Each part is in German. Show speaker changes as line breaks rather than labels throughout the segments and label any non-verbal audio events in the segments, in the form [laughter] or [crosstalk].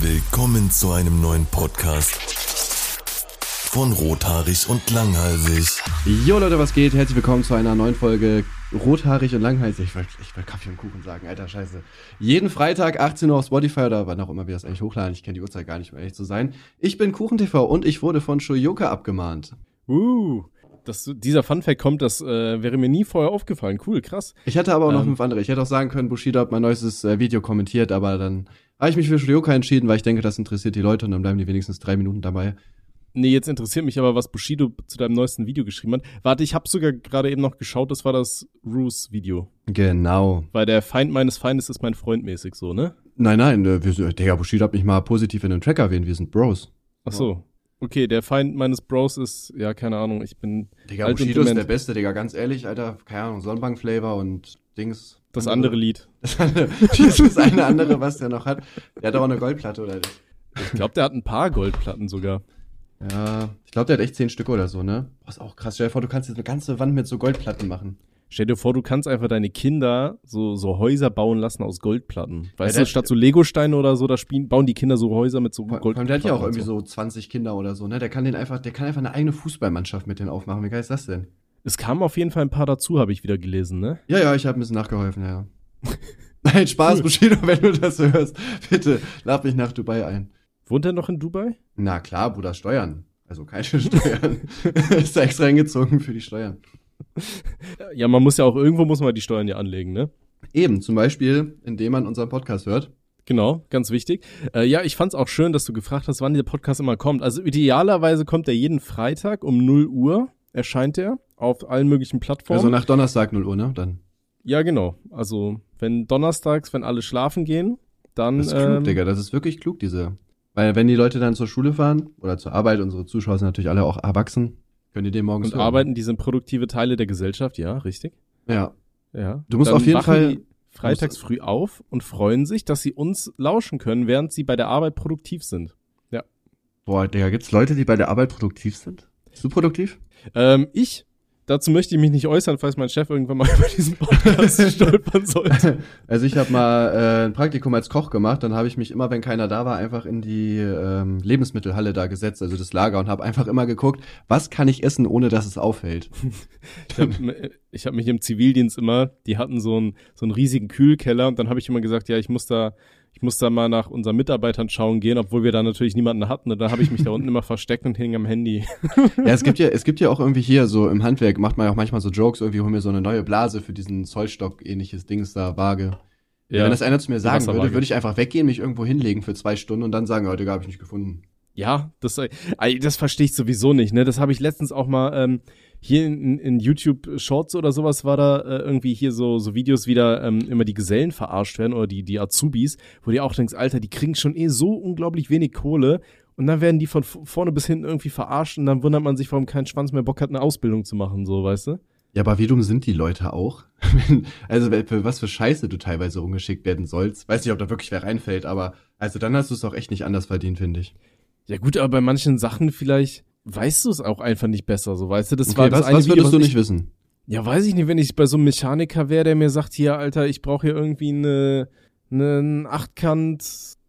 Willkommen zu einem neuen Podcast von Rothaarig und Langhalsig.
Jo Leute, was geht? Herzlich willkommen zu einer neuen Folge Rothaarig und Langhalsig. Ich wollte ich wollt Kaffee und Kuchen sagen, alter Scheiße. Jeden Freitag 18 Uhr auf Spotify oder wann auch immer wir das eigentlich hochladen. Ich kenne die Uhrzeit gar nicht, um ehrlich zu sein. Ich bin KuchenTV und ich wurde von Shoyoka abgemahnt.
Uh, dass du- dieser Funfact kommt, das äh, wäre mir nie vorher aufgefallen. Cool, krass.
Ich hatte aber auch noch
Ähm.
fünf andere. Ich hätte auch sagen können, Bushido hat mein neuestes äh, Video kommentiert, aber dann habe ich mich für Shoyoka entschieden, weil ich denke, das interessiert die Leute und dann bleiben die wenigstens drei Minuten dabei.
Nee, jetzt interessiert mich aber, was Bushido zu deinem neuesten Video geschrieben hat. Warte, ich habe sogar gerade eben noch geschaut, das war das Roos-Video.
Genau.
Weil der Feind meines Feindes ist mein Freund mäßig so, ne?
Nein, nein, äh, wir sind, Digga, Bushido hat mich mal positiv in den Track erwähnt. Wir sind Bros.
Ach so. Okay, der Feind meines Bros ist, ja, keine Ahnung, ich bin
Digga,
Alt und
Bushido ist
dement.
der Beste, Digga, ganz ehrlich, Alter, keine Ahnung, Sonnenbank-Flavor und Dings.
das andere Lied.
[laughs] Das andere, dieses eine andere, was der noch hat. Der hat auch eine Goldplatte, oder nicht?
Ich glaube, der hat ein paar Goldplatten sogar.
Ja, ich glaube, der hat echt zehn Stück oder so, ne? Boah, ist auch krass. Stell dir vor, du kannst jetzt eine ganze Wand mit so Goldplatten machen.
Stell dir vor, du kannst einfach deine Kinder so, so Häuser bauen lassen aus Goldplatten. Weißt
der-
du, statt so Legosteine oder so, da spielen, bauen die Kinder so Häuser mit so
Vor allem,
Goldplatten.
der hat ja auch
und
irgendwie
so.
so 20 Kinder oder so, ne? Der kann den einfach, der kann einfach eine eigene Fußballmannschaft mit denen aufmachen. Wie geil ist das denn?
Es kamen auf jeden Fall ein paar dazu, habe ich wieder gelesen, ne?
Ja, ja, ich habe ein bisschen nachgeholfen, ja, ja. [laughs] Nein, Spaß, Bushido, wenn du das hörst. Bitte, lad mich nach Dubai ein.
Wohnt er noch in Dubai?
Na klar, Bruder, Steuern. Also keine [laughs] Steuern. ist da extra reingezogen für die Steuern.
Ja, man muss ja auch irgendwo muss man die Steuern ja anlegen, ne?
Eben, zum Beispiel, indem man unseren Podcast hört.
Genau, ganz wichtig. Äh, ja, ich fand's auch schön, dass du gefragt hast, wann der Podcast immer kommt. Also idealerweise kommt er jeden Freitag um 0 Uhr, erscheint er auf allen möglichen Plattformen.
Also nach Donnerstag 0 Uhr, ne? Dann.
ja, genau. Also wenn donnerstags, wenn alle schlafen gehen, dann
Das ist klug,
ähm,
Digga. Das ist wirklich klug, diese. Weil wenn die Leute dann zur Schule fahren oder zur Arbeit, unsere Zuschauer sind natürlich alle auch erwachsen, können die den morgens
und
hören.
arbeiten, die sind produktive Teile der Gesellschaft, ja, richtig.
Ja.
Ja.
Du musst
Dann
auf jeden
wachen
Fall-
die freitags früh auf und freuen sich, dass sie uns lauschen können, während sie bei der Arbeit produktiv sind.
Boah, Digga, gibt's Leute, die bei der Arbeit produktiv sind? Bist du produktiv?
Ähm, ich, dazu möchte ich mich nicht äußern, falls mein Chef irgendwann mal [laughs] über diesen [laughs] Podcast stolpern sollte.
Also ich habe mal äh, ein Praktikum als Koch gemacht, dann habe ich mich immer, wenn keiner da war, einfach in die ähm, Lebensmittelhalle da gesetzt, also das Lager, und habe einfach immer geguckt, was kann ich essen, ohne dass es auffällt.
Ich habe hab mich im Zivildienst immer, die hatten so einen, so einen riesigen Kühlkeller und dann habe ich immer gesagt, ja, ich muss da, ich muss da mal nach unseren Mitarbeitern schauen gehen, obwohl wir da natürlich niemanden hatten. Und dann habe ich mich da unten immer versteckt und hing am Handy.
ja, es gibt ja, es gibt ja auch irgendwie hier so im Handwerk macht man ja auch manchmal so Jokes, irgendwie hol mir so eine neue Blase für diesen Zollstock ähnliches Dings da Waage. Ja, wenn das einer zu mir sagen würde,
Wasserwaage.
würde ich einfach weggehen, mich irgendwo hinlegen für zwei Stunden und dann sagen, heute habe ich nicht gefunden.
Ja, das, äh, ey, das verstehe ich sowieso nicht. Ne? Das habe ich letztens auch mal ähm, hier in, in YouTube Shorts oder sowas war da äh, irgendwie hier so, so Videos wieder ähm, immer die Gesellen verarscht werden oder die, die Azubis, wo du auch denkst, Alter, die kriegen schon eh so unglaublich wenig Kohle und dann werden die von v- vorne bis hinten irgendwie verarscht und dann wundert man sich, warum kein Schwanz mehr Bock hat, eine Ausbildung zu machen, so, weißt du?
Ja, aber wie dumm sind die Leute auch? [laughs] Wenn- also wel- für was für Scheiße du teilweise rumgeschickt werden sollst. Weiß nicht, ob da wirklich wer reinfällt, aber also dann hast du es auch echt nicht anders verdient, finde ich.
Ja gut, aber bei manchen Sachen vielleicht weißt du es auch einfach nicht besser, so, weißt du? Das war
Okay,
das
was,
eine
was
Video,
würdest du
ich-
nicht wissen?
Ja, weiß ich nicht, wenn ich bei so einem Mechaniker wäre, der mir sagt, hier, Alter, ich brauche hier irgendwie eine, ne, einen Achtkant,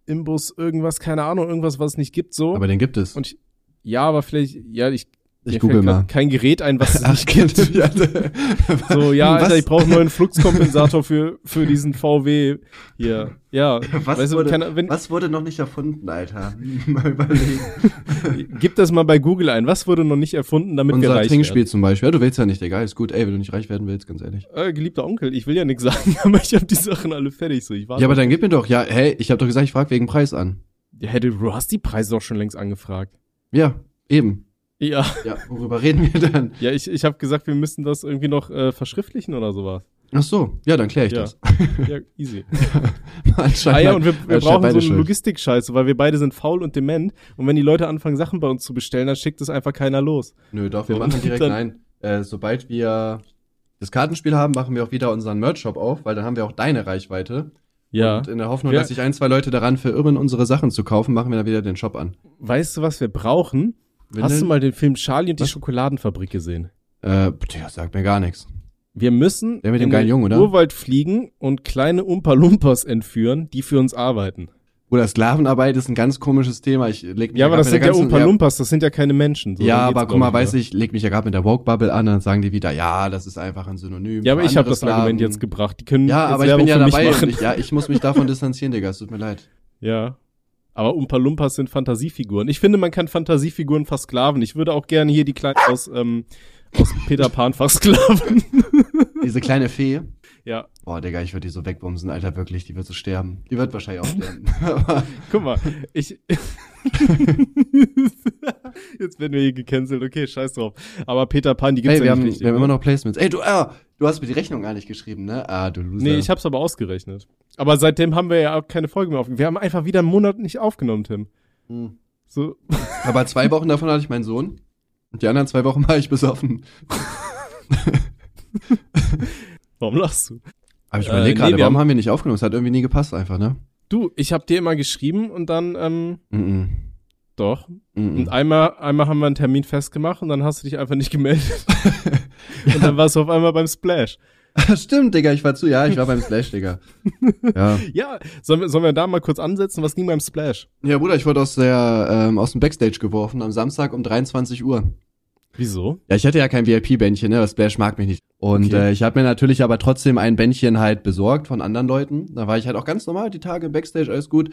Imbus, irgendwas, keine Ahnung, irgendwas, was es nicht gibt, so.
Aber den gibt es. [laughs]
Oh. und ich, ja, aber vielleicht, ja, ich, mir
ich
fällt
google
grad
mal.
Kein Gerät
[laughs]
ein, was es
Ach,
nicht gibt.
ja,
[laughs] So, ja,
was,
Alter, ich brauche einen neuen Fluxkompensator für, für diesen VW hier. Ja,
[laughs] was,
weißt du,
wurde,
keine, wenn,
was wurde noch nicht erfunden, Alter? [laughs] mal
[laughs]
überlegen.
gib das mal bei Google ein. Was wurde noch nicht erfunden, damit wir
Unser
reich
Trinkspiel zum Beispiel. Ja, du willst ja nicht, egal, ist gut. Ey, wenn du nicht reich werden willst, ganz ehrlich.
werden? Äh, geliebter Onkel, ich will ja nichts sagen, [laughs] aber ich habe die Sachen alle fertig, so, ich warte.
Ja, aber dann gib mir doch, ja, hey, ich habe doch gesagt, ich frage wegen Preis an.
ja, hey, du du hast die Preise doch schon längst angefragt.
Ja, eben.
Ja.
Ja, worüber reden wir [laughs] dann?
Ja, ich, ich habe gesagt, wir müssen das irgendwie noch äh, verschriftlichen oder sowas.
Ach so, ja, dann kläre ich
Ja.
das.
[laughs]
[laughs]
Ja, easy.
Anscheinend
ah ja, und wir, wir
anscheinend
brauchen
beide
so eine
schuld.
Logistik-Scheiße, weil wir beide sind faul und dement. Und wenn die Leute anfangen, Sachen bei uns zu bestellen, dann schickt es einfach keiner los.
Nö, doch, wir
So,
machen direkt,
dann-
nein. Äh, sobald wir das Kartenspiel haben, machen wir auch wieder unseren Merch-Shop auf, weil dann haben wir auch deine Reichweite.
Ja.
Und in der Hoffnung,
Ja.
dass sich ein, zwei Leute daran verirren, unsere Sachen zu kaufen, machen wir dann wieder den Shop an.
Weißt du, was wir brauchen? Hast du
Windeln?
mal den Film Charlie und die
Was?
Schokoladenfabrik gesehen?
Äh, der sagt mir gar nichts.
Wir müssen
Der mit dem
in
geilen
den
Jungen, oder?
Urwald fliegen und kleine Umpa-Lumpas entführen, die für uns arbeiten.
Oder Sklavenarbeit ist ein ganz komisches Thema. Ich leg mich
Ja, aber
grad
das
mit
sind
der
ja
ganzen-
Oompa Lumpas, das sind ja keine Menschen. So,
ja,
dann geht's,
aber
glaub
guck mal,
ich, ne?
weiß
ja.
ich, leg mich ja gerade mit der Woke-Bubble an, dann sagen die wieder, ja, das ist einfach ein Synonym.
Ja, aber
für
ich habe
andere
das
Sklaven.
Argument jetzt gebracht. Die können
Ja,
jetzt
aber ich
Werbung
bin ja
für mich
dabei. und
machen.
Ich, ja, ich muss mich davon distanzieren, Digga. Es tut mir leid.
Ja. Aber Oompa Lumpas sind Fantasiefiguren. Ich finde, man kann Fantasiefiguren versklaven. Ich würde auch gerne hier die Kleinen aus, ähm, aus Peter Pan versklaven. [laughs]
Diese kleine Fee.
ja.
Boah, Digga, ich würde die so wegbumsen, Alter, wirklich. Die wird so sterben. Die wird wahrscheinlich auch [laughs] sterben. Aber
Guck mal, ich. [laughs] Jetzt werden wir hier gecancelt. Okay, scheiß drauf. Aber Peter Pan, die gibt's
hey, wir
ja
haben,
nicht richtig.
wir haben
ne?
immer noch Placements. Ey, du, ah, du hast mir die Rechnung gar nicht geschrieben, ne? Ah, du Loser.
nee, ich hab's aber ausgerechnet. Aber seitdem haben wir ja auch keine Folge mehr aufgenommen. Wir haben einfach wieder einen Monat nicht aufgenommen, Tim.
Hm.
So.
Aber zwei Wochen davon hatte ich meinen Sohn. Und die anderen zwei Wochen war ich besoffen.
Warum lachst du?
Aber ich
Äh,
überlege
nee,
gerade,
wir
warum
haben-
haben wir nicht aufgenommen? Es hat irgendwie nie gepasst einfach, ne?
Du, ich hab dir immer geschrieben und dann, ähm,
Mhm.
doch.
Mhm.
Und einmal, einmal haben wir einen Termin festgemacht und dann hast du dich einfach nicht gemeldet. [laughs] Und dann warst du auf einmal beim Splash.
[laughs] Stimmt, Digga, ich war zu, ja, ich war beim Slash, [laughs] Digga. ja.
Ja, sollen wir, sollen wir da mal kurz ansetzen? Was ging beim Splash?
Ja, Bruder, ich wurde aus der ähm, aus dem Backstage geworfen am Samstag um 23 Uhr.
Wieso?
Ja, ich hatte ja kein VIP-Bändchen, ne? Das Splash mag mich nicht. Und
Okay.
äh, ich habe mir natürlich aber trotzdem ein Bändchen halt besorgt von anderen Leuten. Da war ich halt auch ganz normal die Tage im Backstage, alles gut.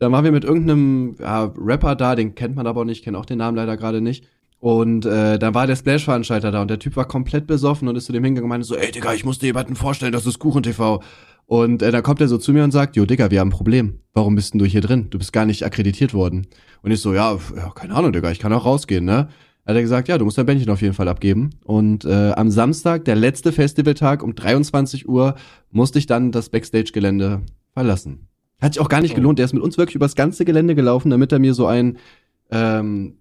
Dann waren wir mit irgendeinem ja, Rapper da, den kennt man aber auch nicht, kennt auch den Namen leider gerade nicht. Und äh, dann war der Splash-Veranstalter da und der Typ war komplett besoffen und ist zu dem hingegangen und meinte so, ey Digga, ich muss dir jemanden vorstellen, das ist Kuchen TV. Und äh, dann kommt er so zu mir und sagt, jo Digga, wir haben ein Problem. Warum bist denn du hier drin? Du bist gar nicht akkreditiert worden. Und ich so, ja, pf, ja keine Ahnung, Digga, ich kann auch rausgehen, ne? Hat er gesagt, ja, du musst dein Bändchen auf jeden Fall abgeben. Und äh, am Samstag, der letzte Festivaltag um 23 Uhr, musste ich dann das Backstage-Gelände verlassen. Hat sich auch gar nicht
Oh.
gelohnt. Der ist mit uns wirklich übers ganze Gelände gelaufen, damit er mir so ein ähm,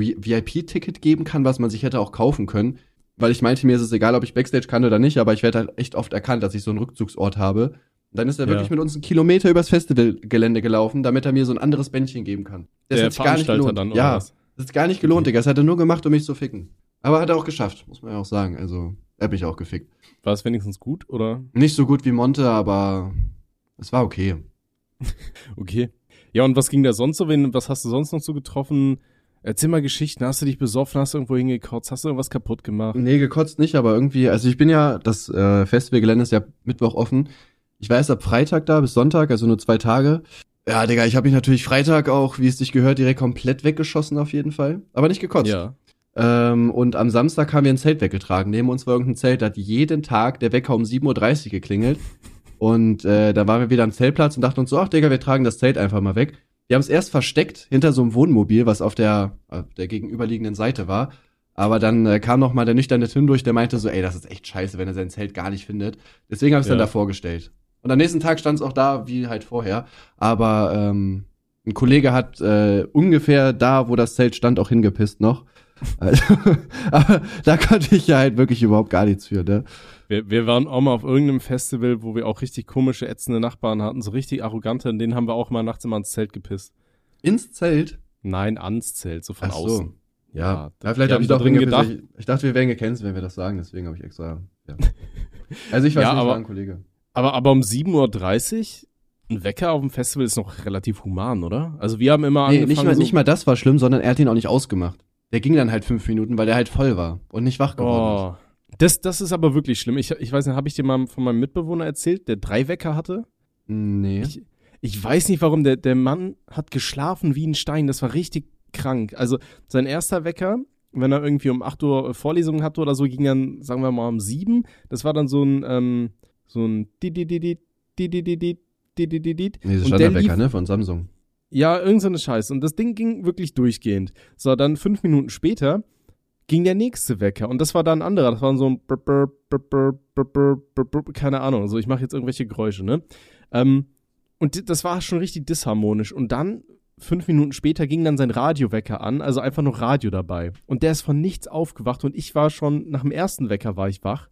VIP-Ticket geben kann, was man sich hätte auch kaufen können. Weil ich meinte, mir ist es egal, ob ich Backstage kann oder nicht, aber ich werde halt echt oft erkannt, dass ich so einen Rückzugsort habe. Und dann ist er
Ja.
wirklich mit uns einen Kilometer übers Festivalgelände gelaufen, damit er mir so ein anderes Bändchen geben kann. Das hat sich gar nicht gelohnt.
dann, oder
ja,
was?
das ist gar nicht gelohnt,
Okay.
Digga. Das hat er nur gemacht, um mich zu ficken. Aber hat er auch geschafft, muss man ja auch sagen. Also, er hat mich auch gefickt.
War es wenigstens gut, oder?
Nicht so gut wie Monte, aber es war okay.
Okay. Ja, und was ging da sonst so? Wen, was hast du sonst noch so getroffen? Erzähl mal Geschichten. Hast du dich besoffen? Hast du irgendwo hingekotzt? Hast du irgendwas kaputt gemacht?
Nee, gekotzt nicht, aber irgendwie, also ich bin ja, das äh, Festivalgelände ist ja Mittwoch offen. Ich war erst ab Freitag da bis Sonntag, also nur zwei Tage. Ja, Digga, ich habe mich natürlich Freitag auch, wie es dich gehört, direkt komplett weggeschossen auf jeden Fall. Aber nicht gekotzt.
Ja.
Ähm, und am Samstag haben wir ein Zelt weggetragen. Neben uns war irgendein Zelt, da hat jeden Tag der Wecker um 7.30 Uhr geklingelt. Und äh, da waren wir wieder am Zeltplatz und dachten uns so, ach Digga, wir tragen das Zelt einfach mal weg. Wir haben es erst versteckt hinter so einem Wohnmobil, was auf der, auf der gegenüberliegenden Seite war. Aber dann äh, kam noch mal der nüchterne Tim durch, der meinte so, ey, das ist echt scheiße, wenn er sein Zelt gar nicht findet. Deswegen habe ich es dann
Ja.
davor gestellt. Und am nächsten Tag stand es auch da, wie halt vorher. Aber ähm, ein Kollege hat äh, ungefähr da, wo das Zelt stand, auch hingepisst noch. Also, [laughs] aber da konnte ich ja halt wirklich überhaupt gar nichts für, ne?
Wir, wir waren auch mal auf irgendeinem Festival, wo wir auch richtig komische, ätzende Nachbarn hatten, so richtig arrogante, und denen haben wir auch mal nachts immer ins Zelt gepisst.
Ins Zelt?
Nein, ans Zelt, so von
Ach so.
außen.
Ja,
da-
ja vielleicht
die
habe
haben
ich
da
doch
drin
drin
gedacht.
gedacht. Ich, ich dachte, wir wären gecancelt, wenn wir das sagen, deswegen habe ich extra.
[laughs]
Ja. Also ich weiß
Ja,
nicht,
aber-
war ein Kollege.
Aber, aber um 7.30 Uhr, ein Wecker auf dem Festival ist noch relativ human, oder? Also wir haben immer
Nee,
angefangen,
nicht mal,
so,
nicht mal das war schlimm, sondern er hat ihn auch nicht ausgemacht. Der ging dann halt fünf Minuten, weil der halt voll war und nicht wach geworden ist.
Oh. Das, das ist aber wirklich schlimm. Ich, ich weiß nicht, habe ich dir mal von meinem Mitbewohner erzählt, der drei Wecker hatte?
Nee.
Ich, ich weiß nicht warum, der, der Mann hat geschlafen wie ein Stein, das war richtig krank. Also sein erster Wecker, wenn er irgendwie um 8 Uhr Vorlesungen hatte oder so, ging dann, sagen wir mal, um 7. Das war dann so ein, ähm, so ein Didididid, Didididid, Didididid.
Nee, das
Und der
Standardwecker,
lief-
ne, von Samsung.
Ja, irgend so eine Scheiße. Und das Ding ging wirklich durchgehend. So, dann fünf Minuten später ging der nächste Wecker. Und das war dann ein anderer. Das war so ein brr, brr, brr, brr, brr, brr, brr, brr. keine Ahnung. So, ich mache jetzt irgendwelche Geräusche, ne? Ähm, und di- das war schon richtig disharmonisch. Und dann, fünf Minuten später, ging dann sein Radiowecker an, also einfach nur Radio dabei. Und der ist von nichts aufgewacht und ich war schon, nach dem ersten Wecker war ich wach.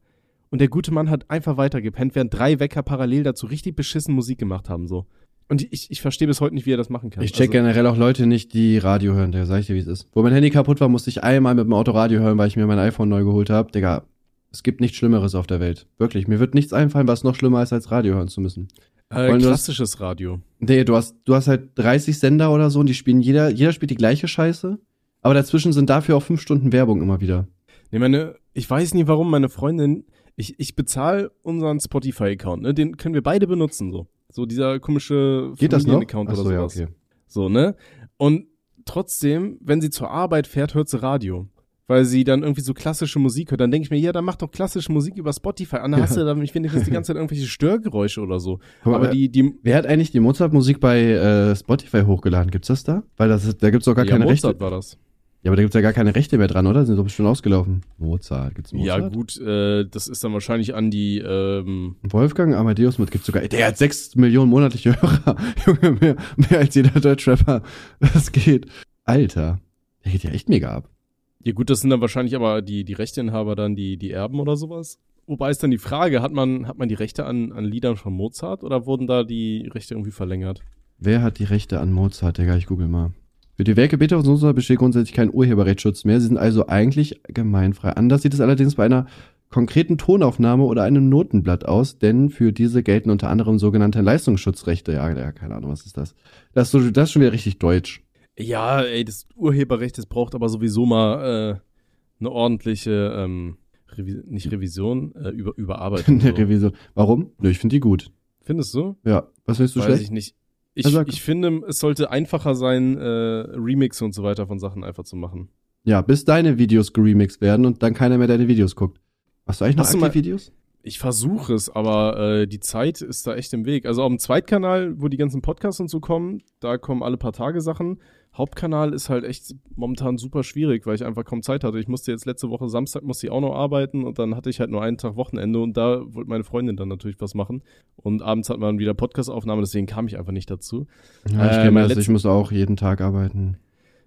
Und der gute Mann hat einfach weiter gepennt, während drei Wecker parallel dazu richtig beschissen Musik gemacht haben, so. Und ich, ich verstehe bis heute nicht, wie er das machen kann. Also,
Ich check generell auch Leute nicht, die Radio hören, Digga, sag ich dir, wie es ist. Wo mein Handy kaputt war, musste ich einmal mit dem Auto Radio hören, weil ich mir mein iPhone neu geholt habe. Digga, es gibt nichts Schlimmeres auf der Welt. Wirklich, mir wird nichts einfallen, was noch schlimmer ist, als Radio hören zu müssen.
Äh,
Weil du hast-
klassisches Radio.
Nee, du hast, du hast halt 30 Sender oder so und die spielen jeder, jeder spielt die gleiche Scheiße. Aber dazwischen sind dafür auch fünf Stunden Werbung immer wieder.
Nee, meine, ich weiß nie, warum meine Freundin, ich, ich bezahle unseren Spotify-Account, ne? Den können wir beide benutzen, so. So dieser komische
Geht das noch?
Familien-Account
Ach so,
oder
ja,
sowas.
okay.
So, ne? Und trotzdem, wenn sie zur Arbeit fährt, hört sie Radio. Weil sie dann irgendwie so klassische Musik hört. Dann denke ich mir, ja, dann mach doch klassische Musik über Spotify an. Dann hast du dann, ich finde, die
[laughs]
ganze Zeit irgendwelche Störgeräusche oder so.
mal,
Aber
äh,
die, die,
Wer hat eigentlich die Mozart-Musik bei äh, Spotify hochgeladen? Gibt's das da? Weil das ist, da gibt's doch gar
ja,
keine
Mozart
Rechte.
war das.
Ja, aber da gibt's ja gar keine Rechte mehr dran, oder? Sind doch bestimmt ausgelaufen. Mozart, gibt's Mozart?
Ja, gut, äh, das ist dann wahrscheinlich an die, ähm,
Wolfgang Amadeus mit gibt's sogar. Der hat sechs Millionen monatliche Hörer. [laughs] Junge, mehr, mehr als jeder Deutschrapper. Das geht. Alter. Der geht ja echt mega ab.
Ja, gut, das sind dann wahrscheinlich aber die, die Rechteinhaber dann die, die Erben oder sowas. Wobei ist dann die Frage, hat man, hat man die Rechte an, an Liedern von Mozart oder wurden da die Rechte irgendwie verlängert?
Wer hat die Rechte an Mozart? Digga, ich google mal. Für die Werke Beethovens und Mozart besteht grundsätzlich kein Urheberrechtsschutz mehr. Sie sind also eigentlich gemeinfrei. Anders sieht es allerdings bei einer konkreten Tonaufnahme oder einem Notenblatt aus, denn für diese gelten unter anderem sogenannte Leistungsschutzrechte. Ja, ja keine Ahnung, was ist das? Das ist, so, das ist schon wieder richtig deutsch.
Ja, ey, das Urheberrecht, das braucht aber sowieso mal äh, eine ordentliche, ähm, Revi nicht Revision, äh, über
[laughs]
Überarbeitung.
Eine
so.
Revision. Warum? Nö, ich finde die gut.
Findest du?
Ja. Was findest du
Weiß
schlecht?
ich nicht. Ich,
Also-
ich finde, es sollte einfacher sein, äh, Remixe und so weiter von Sachen einfach zu machen.
Ja, bis deine Videos geremixed werden und dann keiner mehr deine Videos guckt. Hast du eigentlich noch
Hast du
aktiv
mal-
Videos?
Ich versuche es, aber äh, die Zeit ist da echt im Weg. Also auf dem Zweitkanal, wo die ganzen Podcasts und so kommen, da kommen alle paar Tage Sachen. Hauptkanal ist halt echt momentan super schwierig, weil ich einfach kaum Zeit hatte. Ich musste jetzt letzte Woche Samstag musste ich auch noch arbeiten und dann hatte ich halt nur einen Tag Wochenende und da wollte meine Freundin dann natürlich was machen. Und abends hat man wieder Podcastaufnahme, deswegen kam ich einfach nicht dazu.
Ja, ich
Äh,
kenne
mein
das. Ich
letztes-
muss auch jeden Tag arbeiten.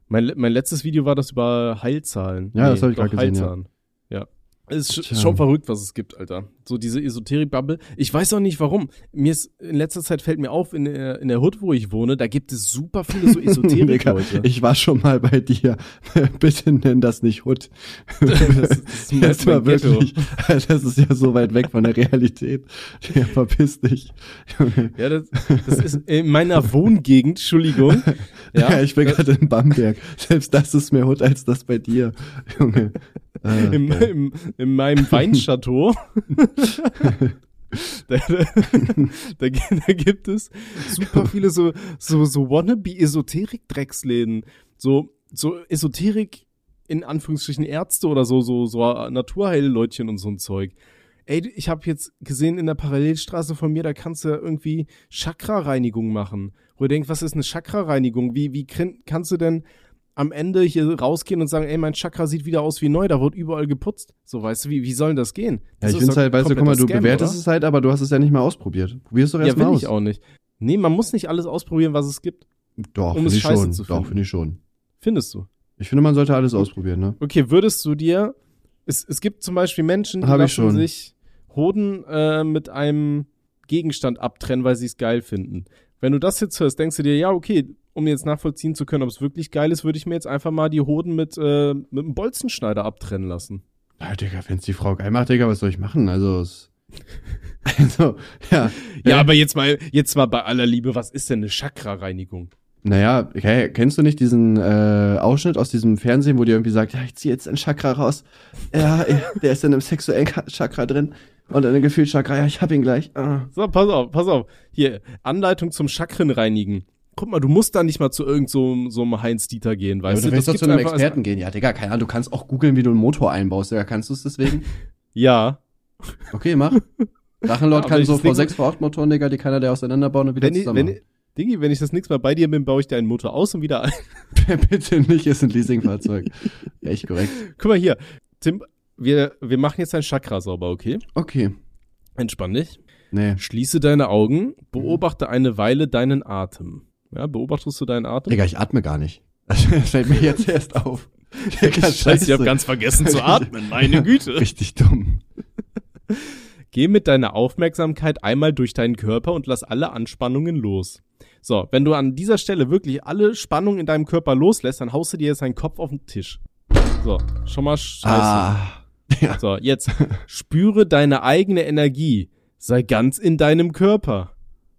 Mein, le- mein letztes Video war das über Heilzahlen.
Ja, das hab ich
doch,
grad gesehen, ja.
Heilzahlen. Ja. Es ist
Tja.
sch- schon verrückt, was es gibt, Alter. So diese Esoterik-Bubble. Ich weiß auch nicht, warum. Mir ist, in letzter Zeit fällt mir auf, in der, in der Hood, wo ich wohne, da gibt es super viele
[laughs] Digga,
so Esoterik-Leute. [laughs]
Ich war schon mal bei dir. [laughs] Bitte nenn das nicht Hut.
das,
[laughs]
das
Das war
Ghetto.
wirklich, [laughs] das ist ja so weit weg von der Realität. Ja, verpiss dich. Junge.
Ja, das, das ist in meiner
[laughs]
Wohngegend, Entschuldigung.
Ja,
Ja,
ich bin gerade in Bamberg. Selbst das ist mehr Hut als das bei dir. Junge. Äh,
in,
geil.
in, in meinem Weinchateau. [laughs] da, da, da, gi- da gibt es super viele so, so, so Wannabe-Esoterik-Drecksläden. So, so Esoterik in Anführungsstrichen Ärzte oder so, so, so Naturheilleutchen und so ein Zeug. Ey, ich habe jetzt gesehen in der Parallelstraße von mir, da kannst du irgendwie Chakra-Reinigung machen. Wo du denkst, was ist eine Chakra-Reinigung? Wie, wie krin- kannst du denn am Ende hier rausgehen und sagen, ey, mein Chakra sieht wieder aus wie neu, da wird überall geputzt. So, weißt du, wie, wie soll denn das gehen?
ja,
Das
ich
ist
finde
doch
halt, weißt du, guck mal, du
kompletter Scam,
bewertest
oder?
es halt, aber du hast es ja nicht mal ausprobiert. Probier's doch
Ja,
erst
will
mal aus.
ich auch nicht. Nee, man muss nicht alles ausprobieren, was es gibt.
Doch,
um
finde
es
ich
scheiße
schon.
zu
Doch,
finden.
finde ich schon.
Findest du?
Ich finde, man sollte alles ausprobieren, ne?
Okay, würdest du dir, es, es gibt zum Beispiel Menschen, die
Hab ich
lassen
schon.
sich Hoden äh, mit einem Gegenstand abtrennen, weil sie es geil finden. Wenn du das jetzt hörst, denkst du dir, ja, okay, um jetzt nachvollziehen zu können, ob es wirklich geil ist, würde ich mir jetzt einfach mal die Hoden mit, äh, mit einem Bolzenschneider abtrennen lassen.
Na, Digga, wenn's die Frau geil macht, Digga, was soll ich machen? Also, es, [laughs] also, ja.
Ja, aber jetzt mal, jetzt mal bei aller Liebe, was ist denn eine Chakra-Reinigung?
Naja, okay, kennst du nicht diesen äh, Ausschnitt aus diesem Fernsehen, wo die irgendwie sagt, ja, ich ziehe jetzt ein Chakra raus. Ja, der ist in einem sexuellen Ka- Chakra drin und in einem Gefühlschakra. Ja, ich hab ihn gleich. Ah.
So, pass auf, pass auf. Hier, Anleitung zum Chakrenreinigen. Guck mal, du musst da nicht mal zu irgend so, einem- so einem Heinz-Dieter gehen,
Aber
weißt
du
du?
willst doch
Also, gibt's
zu einem
einfach als-
Experten gehen. Ja, Digga, keine Ahnung, du kannst auch googeln, wie du einen Motor einbaust. Digga, kannst du es deswegen?
Ja.
Okay, mach. Drachenlord
Ja, aber
kann so
das
vor
Ding-
6 vor 8 Motoren, Digga, die kann er der auseinanderbauen und wieder
Wenn ich,
zusammen.
wenn, ich- Diggi, wenn ich das nächste Mal bei dir bin, baue ich dir einen Motor aus und wieder ein.
[laughs] Bitte nicht, ist ein Leasingfahrzeug. Echt korrekt.
Guck mal hier, Tim, wir, wir machen jetzt dein Chakra sauber, okay?
Okay.
Entspann dich.
Nee.
Schließe deine Augen, beobachte eine Weile deinen Atem. Ja, beobachtest du deinen Atem?
Digga, ich atme gar nicht. [laughs] Das fällt mir jetzt erst auf. Digga,
[laughs] Scheiße, [laughs] ich habe ganz
[laughs]
vergessen zu atmen, meine Güte.
Richtig dumm.
Geh mit deiner Aufmerksamkeit einmal durch deinen Körper und lass alle Anspannungen los. So, wenn du an dieser Stelle wirklich alle Spannung in deinem Körper loslässt, dann haust du dir jetzt deinen Kopf auf den Tisch. So, schon mal scheiße.
Ah. [laughs] Ja.
So, jetzt spüre deine eigene Energie. Sei ganz in deinem Körper.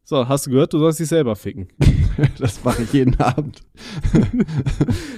So, hast du gehört, du sollst dich selber ficken. [laughs]
Das mache ich jeden Abend. [laughs]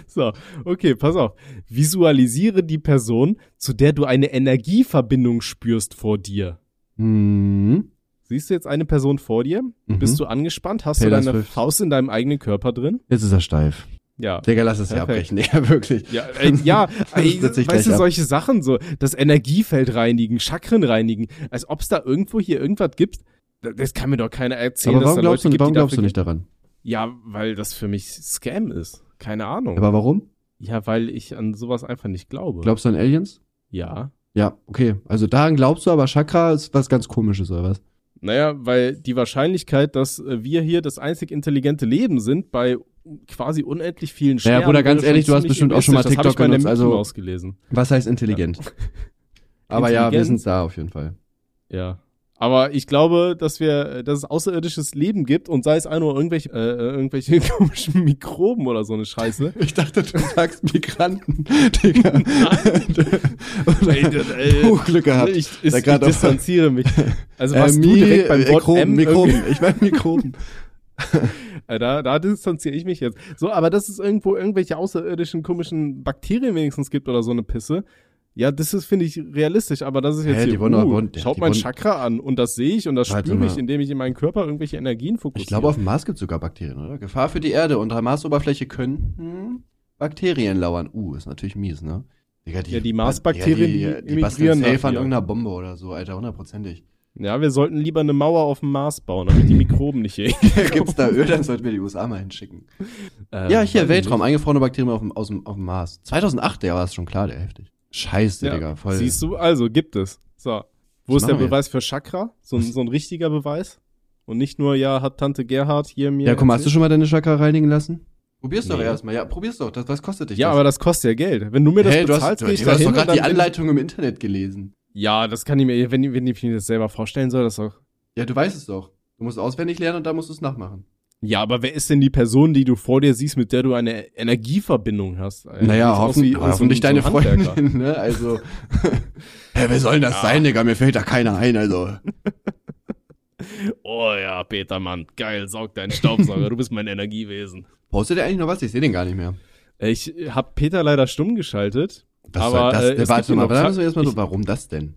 So, okay, pass auf. Visualisiere die Person, zu der du eine Energieverbindung spürst vor dir.
Mhm.
Siehst du jetzt eine Person vor dir? Bist du angespannt? Hast
Hm? Taylor
du deine
Swift.
Faust in deinem eigenen Körper drin?
Jetzt ist er steif.
Ja.
Digga, lass es ja
Perfekt.
abbrechen. [laughs] Ja, wirklich.
Ja, ey,
[laughs]
ja ey,
setz ich gleich
weißt du,
ab.
solche Sachen so, das Energiefeld reinigen, Chakren reinigen, als ob es da irgendwo hier irgendwas gibt. Da- Das kann mir doch keiner erzählen,
Aber
dass
warum
da
glaubst,
Leute
du,
gibt,
warum
die
glaubst du
dafür-
nicht daran?
Ja, weil das für mich Scam ist. Keine Ahnung.
Aber warum?
ja, weil ich an sowas einfach nicht glaube.
Glaubst du an Aliens?
ja.
Ja, okay. Also daran glaubst du, aber Chakra ist was ganz komisches, oder was?
Naja, weil die Wahrscheinlichkeit, dass äh, wir hier das einzig intelligente Leben sind, bei quasi unendlich vielen
Naja,
Sternen.
Bruder, ganz
wäre schon
ehrlich, du hast
ziemlich
bestimmt auch schon mal
egoistisch.
TikTok
das hab ich mal in
genutzt,
der
also-
Mickey Mouse gelesen.
Was heißt intelligent? Aber ja, wir
Intelligent?
sind da auf jeden
[laughs]
Fall.
Ja. Aber ich glaube, dass wir, äh, dass es außerirdisches Leben gibt und sei es ein oder irgendwelche, äh, äh, irgendwelche [laughs] komischen Mikroben oder so eine Scheiße.
Ich dachte, du sagst Migranten, [laughs] Digga.
[laughs] Ey, das, äh,
Oh, Glück gehabt.
Ich, ich, ich
grad auf-
distanziere mich. Also
Äh,
was du
Mi-
direkt beim Wort
Mikroben,
M irgendwie-
Mikroben. Ich meine Mikroben.
[laughs] Äh, Da, da distanziere ich mich jetzt. So, aber dass es irgendwo irgendwelche außerirdischen komischen Bakterien wenigstens gibt oder so eine Pisse. Ja, das ist, finde ich, realistisch, aber das ist jetzt
Hä,
hier,
die wollen doch- wollen-
schaut
die
mein
wollen-
Chakra an und das sehe ich und das
Warte
spüre ich,
mal.
indem ich in meinen Körper irgendwelche Energien
[laughs]
fokussiere.
Ich glaube, auf dem Mars gibt es sogar Bakterien, oder? Gefahr für die Erde. Unter der Marsoberfläche könnten Bakterien lauern. Uh, ist natürlich mies, ne? Digga,
Ja, die Marsbakterien,
ja,
die
die, die basteln
emigrieren
safe
nach
an
dir.
irgendeiner Bombe oder so, Alter,
[laughs]
hundertprozentig. [laughs]
Ja, wir sollten lieber eine Mauer auf dem Mars bauen, damit die Mikroben
[laughs]
nicht hier.
Gibt's da Öl, dann sollten wir die USA mal hinschicken. ja, hier, Weltraum, eingefrorene Bakterien auf dem, aus dem, auf dem Mars. 2008, der war es schon klar, der heftig. Scheiße,
Ja,
digga, voll.
Siehst du, also gibt es. So. Wo
Was
ist der
machen wir
Beweis für Chakra? So, ein- so ein richtiger Beweis. Und nicht nur, ja, hat Tante Gerhard hier mir.
ja, komm, hast du
erzählt.
schon mal deine Chakra reinigen lassen? Probier's doch
Nee.
erstmal. Ja, probier's doch. Das, was kostet dich
Ja,
das?
aber das kostet ja Geld. Wenn du mir das
hey, du hast,
bezahlst,
du,
geh ich
du hast
dahin
doch
und
gerade
dann
die Anleitung im Internet gelesen.
Ja, das kann ich mir, wenn, ich- wenn ich mir das selber vorstellen soll, das doch.
Ja, du weißt es doch. Du musst auswendig lernen und dann musst du es nachmachen.
Ja, aber wer ist denn die Person, die du vor dir siehst, mit der du eine Energieverbindung hast? Alter? Sieht aus wie- so Äh, ein- so ein Handwerker.
[laughs] ne? Also.
[laughs]
Hä, wer soll denn das
Ja.
sein, Digga? Mir fällt da keiner ein, also.
Oh ja, Petermann, geil, saug deinen Staubsauger,
[laughs]
du bist mein Energiewesen.
Postet der eigentlich noch was? Ich sehe den gar nicht mehr.
Äh, Ich hab Peter leider stumm geschaltet.
Was soll
Aber,
das?
äh, es gibt
warte
hier
mal,
noch
da
Chat-
müssen wir erstmal
ich-
so, warum das denn?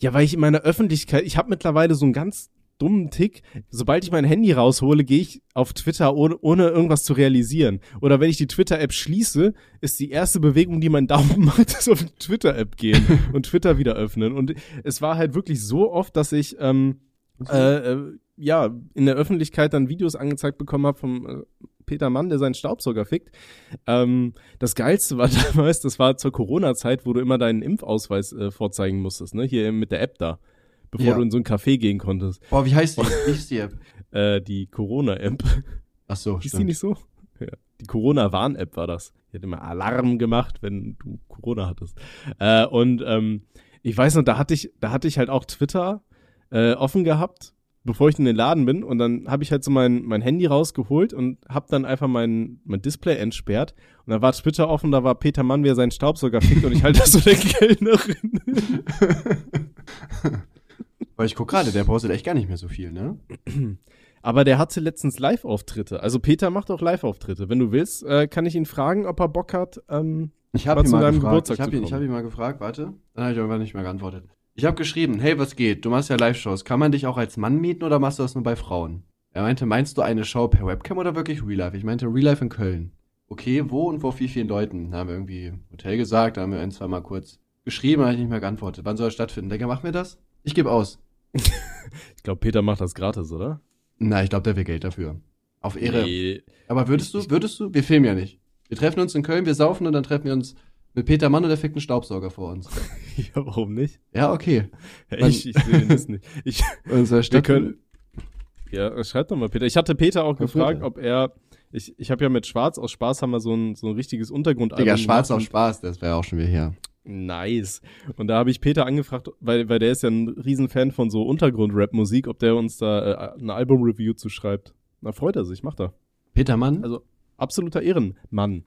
Ja, weil ich in meiner Öffentlichkeit, ich habe mittlerweile so einen ganz dummen Tick. Sobald ich mein Handy raushole, gehe ich auf Twitter ohne, ohne irgendwas zu realisieren. Oder wenn ich die Twitter-App schließe, ist die erste Bewegung, die mein Daumen [laughs] macht, ist auf die Twitter-App gehen und Twitter wieder öffnen. Und es war halt wirklich so oft, dass ich ähm, äh, äh, ja in der Öffentlichkeit dann Videos angezeigt bekommen habe vom äh, Peter Mann, der seinen Staubsauger fickt. Ähm, das Geilste war [laughs] damals, das war zur Corona-Zeit, wo du immer deinen Impfausweis äh, vorzeigen musstest, ne? Hier mit der App da, bevor
Ja.
du in so ein Café gehen konntest.
Boah, wie heißt die? Wie ist die App?
Äh, die Corona-App.
Ach so,
Ist die
stimmt.
nicht so? Ja. Die Corona-Warn-App war das. Die hat immer Alarm gemacht, wenn du Corona hattest. Äh, und ähm, ich weiß noch, da hatte ich, da hatte ich halt auch Twitter äh, offen gehabt, bevor ich in den Laden bin. Und dann habe ich halt so mein, mein Handy rausgeholt und habe dann einfach mein, mein Display entsperrt. Und dann war Twitter offen, da war Peter Mann, wie er seinen Staubsauger fickt. und ich halte das so der [laughs] Kellnerin.
Weil ich guck gerade, der postet echt gar nicht mehr so viel, ne?
Aber der hatte letztens Live-Auftritte. Also Peter macht auch Live-Auftritte. Wenn du willst, äh, kann ich ihn fragen, ob er Bock hat, ähm,
Ich
Mal
habe ihn
zu
mal
deinem
gefragt.
Geburtstag
ich habe
zu
ihn, ich
kommen.
hab ihn mal gefragt, warte. Dann habe ich irgendwann nicht mehr geantwortet. Ich habe geschrieben, hey, was geht? Du machst ja Live-Shows. Kann man dich auch als Mann mieten oder machst du das nur bei Frauen? Er meinte, meinst du eine Show per Webcam oder wirklich Real Life? Ich meinte Real Life in Köln. Okay, wo und vor wie vielen Leuten? Da haben wir irgendwie Hotel gesagt, da haben wir ein, zwei Mal kurz geschrieben, habe ich nicht mehr geantwortet. Wann soll das stattfinden? Digga, mach mir das? Ich gebe aus.
Ich glaube, Peter macht das gratis, oder?
Na, ich glaube, der will Geld dafür. Auf Ehre.
Nee.
Aber würdest du, würdest du, wir filmen ja nicht. Wir treffen uns in Köln, wir saufen und dann treffen wir uns mit Peter Mann und der fickt einen Staubsauger vor uns.
[laughs] Ja, warum nicht?
Ja, okay.
Hey, ich ich sehe das nicht. Ich,
Unser
wir
Stadt
können, [laughs] ja, schreibt doch mal, Peter. Ich hatte Peter auch
Ja,
gefragt,
Peter.
ob er. Ich, ich habe ja mit Schwarz aus Spaß haben wir so ein, so ein richtiges Untergrundalbum.
Digga, schwarz auf
gemacht.
Spaß, das wäre auch schon wieder her.
Nice. Und da habe ich Peter angefragt, weil, weil der ist ja ein Riesenfan von so Untergrund-Rap-Musik, ob der uns da äh, eine Album-Review zuschreibt. Na, freut er sich, macht er.
Peter Mann,
Also, absoluter Ehrenmann.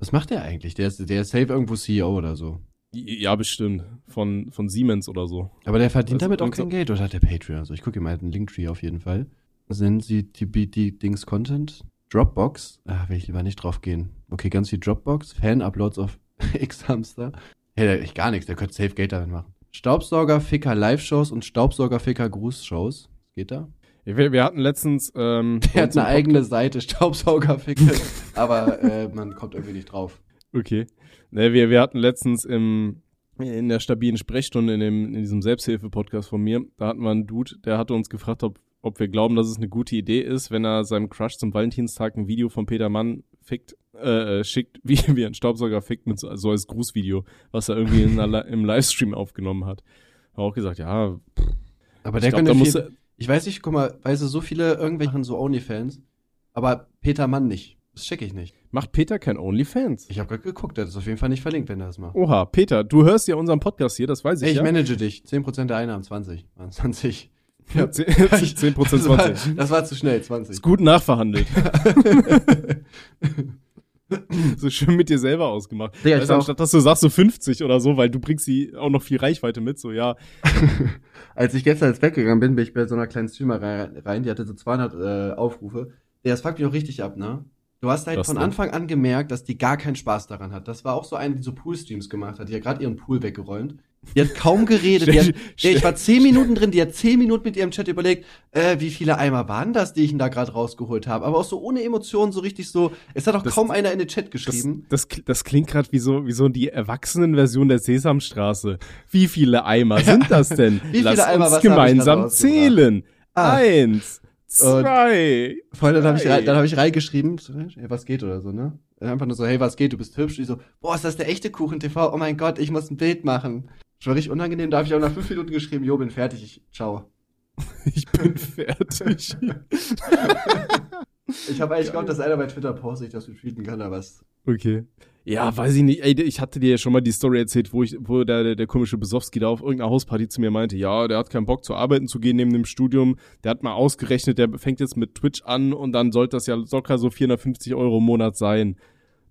was macht der eigentlich? Der ist, der ist safe irgendwo CEO oder so.
Ja, bestimmt. Von, von Siemens oder so.
Aber der verdient
Also
damit auch
irgendso-
Also, kein Geld oder hat der Patreon? So, ich gucke ihm mal den Linktree auf jeden Fall. Sensitivity-Dings Content. Dropbox. Ah, will ich lieber nicht drauf gehen. Okay, ganz viel Dropbox. Fan-Uploads auf [laughs] X-Hamster. Hey, da ich gar nichts. Der könnte safe Geld damit machen. Staubsauger-Ficker Live-Shows und Staubsauger-Ficker Gruß-Shows. Geht da?
Wir, wir hatten letztens. [laughs] Ähm,
Der hat eine eigene Seite, Staubsaugerficker. aber äh, man kommt irgendwie nicht drauf.
Okay. Ne, wir, wir hatten letztens im, in der stabilen Sprechstunde, in, dem, in diesem Selbsthilfe-Podcast von mir, da hatten wir einen Dude, der hatte uns gefragt, ob, ob wir glauben, dass es eine gute Idee ist, wenn er seinem Crush zum Valentinstag ein Video von Peter Mann fickt, äh, äh, schickt, [laughs] wie, wie ein Staubsauger fickt, mit so, so als Grußvideo, was er irgendwie in einer, Li- im Livestream aufgenommen hat. Hab auch gesagt, ja,
Aber
Ich
der
glaub,
könnte
da
viel,
muss-
Ich weiß nicht, guck mal, weißt du, so viele irgendwelche machen so Onlyfans, aber Peter Mann nicht. Das schicke ich nicht.
macht Peter kein OnlyFans?
Ich habe gerade geguckt, das ist auf jeden Fall nicht verlinkt, wenn er das macht.
Oha, Peter, du hörst ja unseren Podcast hier, das weiß ich
Ey, ich
ja.
manage dich. 10% der Einnahmen, 20. [laughs] Waren 20. [laughs]
ja. [laughs] 10%, 20.
Das war, das war zu schnell, 20.
Ist gut nachverhandelt. [laughs] so schön mit dir selber ausgemacht.
Digga, ich
weißt, du,
war auch-
anstatt dass du sagst so 50 oder so, weil du bringst sie auch noch viel Reichweite mit, so ja.
Als ich gestern jetzt weggegangen bin, bin ich bei so einer kleinen Streamerei rein, die hatte so 200 äh, Aufrufe. Ja, das fuckt mich auch richtig ab, ne? Du hast halt
Was
von
denn?
Anfang an gemerkt, dass die gar keinen Spaß daran hat. Das war auch so eine, die so Poolstreams gemacht hat. Die hat gerade ihren Pool weggeräumt. Die hat kaum geredet. Die hat, [laughs] ey, ich war 10 Minuten drin, die hat 10 Minuten mit ihrem Chat überlegt, äh, wie viele Eimer waren das, die ich denn da gerade rausgeholt habe. Aber auch so ohne Emotionen, so richtig so. Es hat auch
Das-
kaum einer in den Chat
das,
geschrieben.
das, kl- das klingt gerade wie so, wie so die Erwachsenenversion der Sesamstraße. Wie viele Eimer sind das denn?
[laughs] Wie viele
Lass
Eimer Wasser
uns
hab ich da
gemeinsam
rausgebracht?
zählen.
Ah.
Eins, zwei. [laughs]
Freunde, dann habe ich,
Hi.
rei- dann hab ich reingeschrieben, so, hey, was geht oder so, ne? Dann Einfach nur so, hey, was geht, du bist hübsch. Ich so, boah, ist das der echte Kuchen TV? Oh mein Gott, ich muss ein Bild machen. Das war richtig unangenehm, da habe ich auch nach fünf Minuten geschrieben, jo, bin fertig, ich, ciao.
Ich bin fertig.
[laughs] Ich habe eigentlich gehofft, dass einer bei Twitter postet, dass ich das retweeten kann, aber es
Okay. Ja,
Ähm.
weiß ich nicht. Ey, ich hatte dir ja schon mal die Story erzählt, wo ich, wo der, der, der komische Besowski da auf irgendeiner Hausparty zu mir meinte, ja, der hat keinen Bock zu arbeiten zu gehen neben dem Studium. Der hat mal ausgerechnet, der fängt jetzt mit Twitch an und dann sollte das ja locker so 450 Euro im Monat sein.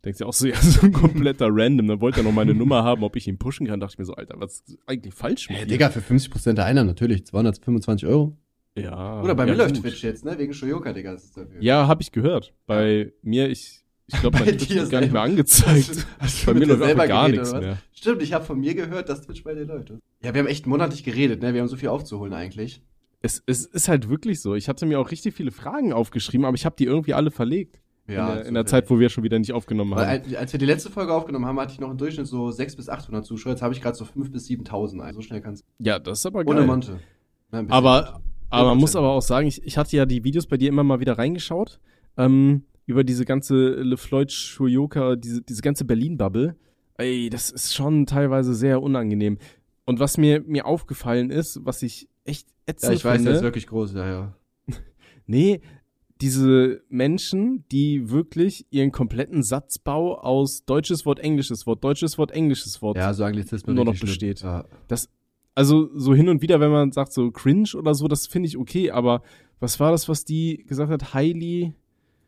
Denkst du auch so, [laughs] ja, so ein kompletter Random. Dann wollte er noch meine Nummer haben, ob ich ihn pushen kann. Dachte ich mir so, Alter, was ist eigentlich falsch mit dir?
für 50% der Einnahmen natürlich, 225 Euro.
Ja.
Oder bei
ja,
mir läuft
gut.
Twitch jetzt, ne? Wegen Shoyoka, Digga, das ist dafür.
Ja, hab ich gehört. Bei mir, ich, ich glaube,
Bei
mein Twitch
dir
wird gar nicht
selber.
mehr
[laughs] Hast du,
angezeigt.
hast du
halt. Bei
mit
mir
dir
läuft einfach
selber
gar
geredet,
nichts
oder was?
mehr.
Stimmt, ich habe von mir gehört, dass Twitch bei den Leuten. ist. Ja, wir haben echt monatlich geredet, ne? Wir haben so viel aufzuholen eigentlich.
Es, es ist halt wirklich so. Ich hatte mir auch richtig viele Fragen aufgeschrieben, aber ich habe die irgendwie alle verlegt. in der, in der
zufällig.
Zeit, wo wir schon wieder nicht aufgenommen
Weil
haben.
ein- als wir die letzte Folge aufgenommen haben, hatte ich noch im Durchschnitt so 600 bis 800 Zuschauer. Jetzt habe ich gerade so 5.000 bis 7.000. Also so schnell kannst du.
Ja, das ist aber geil.
Ohne Monte. Nein, ein bisschen
aber aber man
Wahnsinn.
muss aber auch sagen, ich, ich hatte ja die Videos bei dir immer mal wieder reingeschaut. Ähm, über diese ganze LeFloid Schuyoka, diese, diese ganze Berlin-Bubble. Ey, das ist schon teilweise sehr unangenehm. Und was mir, mir aufgefallen ist, was ich echt
Ja,
ätzend
ich weiß,
finde,
der ist wirklich groß, ja, ja.
Nee, diese Menschen, die wirklich ihren kompletten Satzbau aus deutsches Wort, englisches Wort, deutsches Wort, englisches Wort.
Ja, so Anglizismen.
Nur noch
richtig schlimm.
besteht.
Ja.
Also so hin und wieder, wenn man sagt so cringe oder so, das finde ich okay, aber was war das, was die gesagt hat? Highly,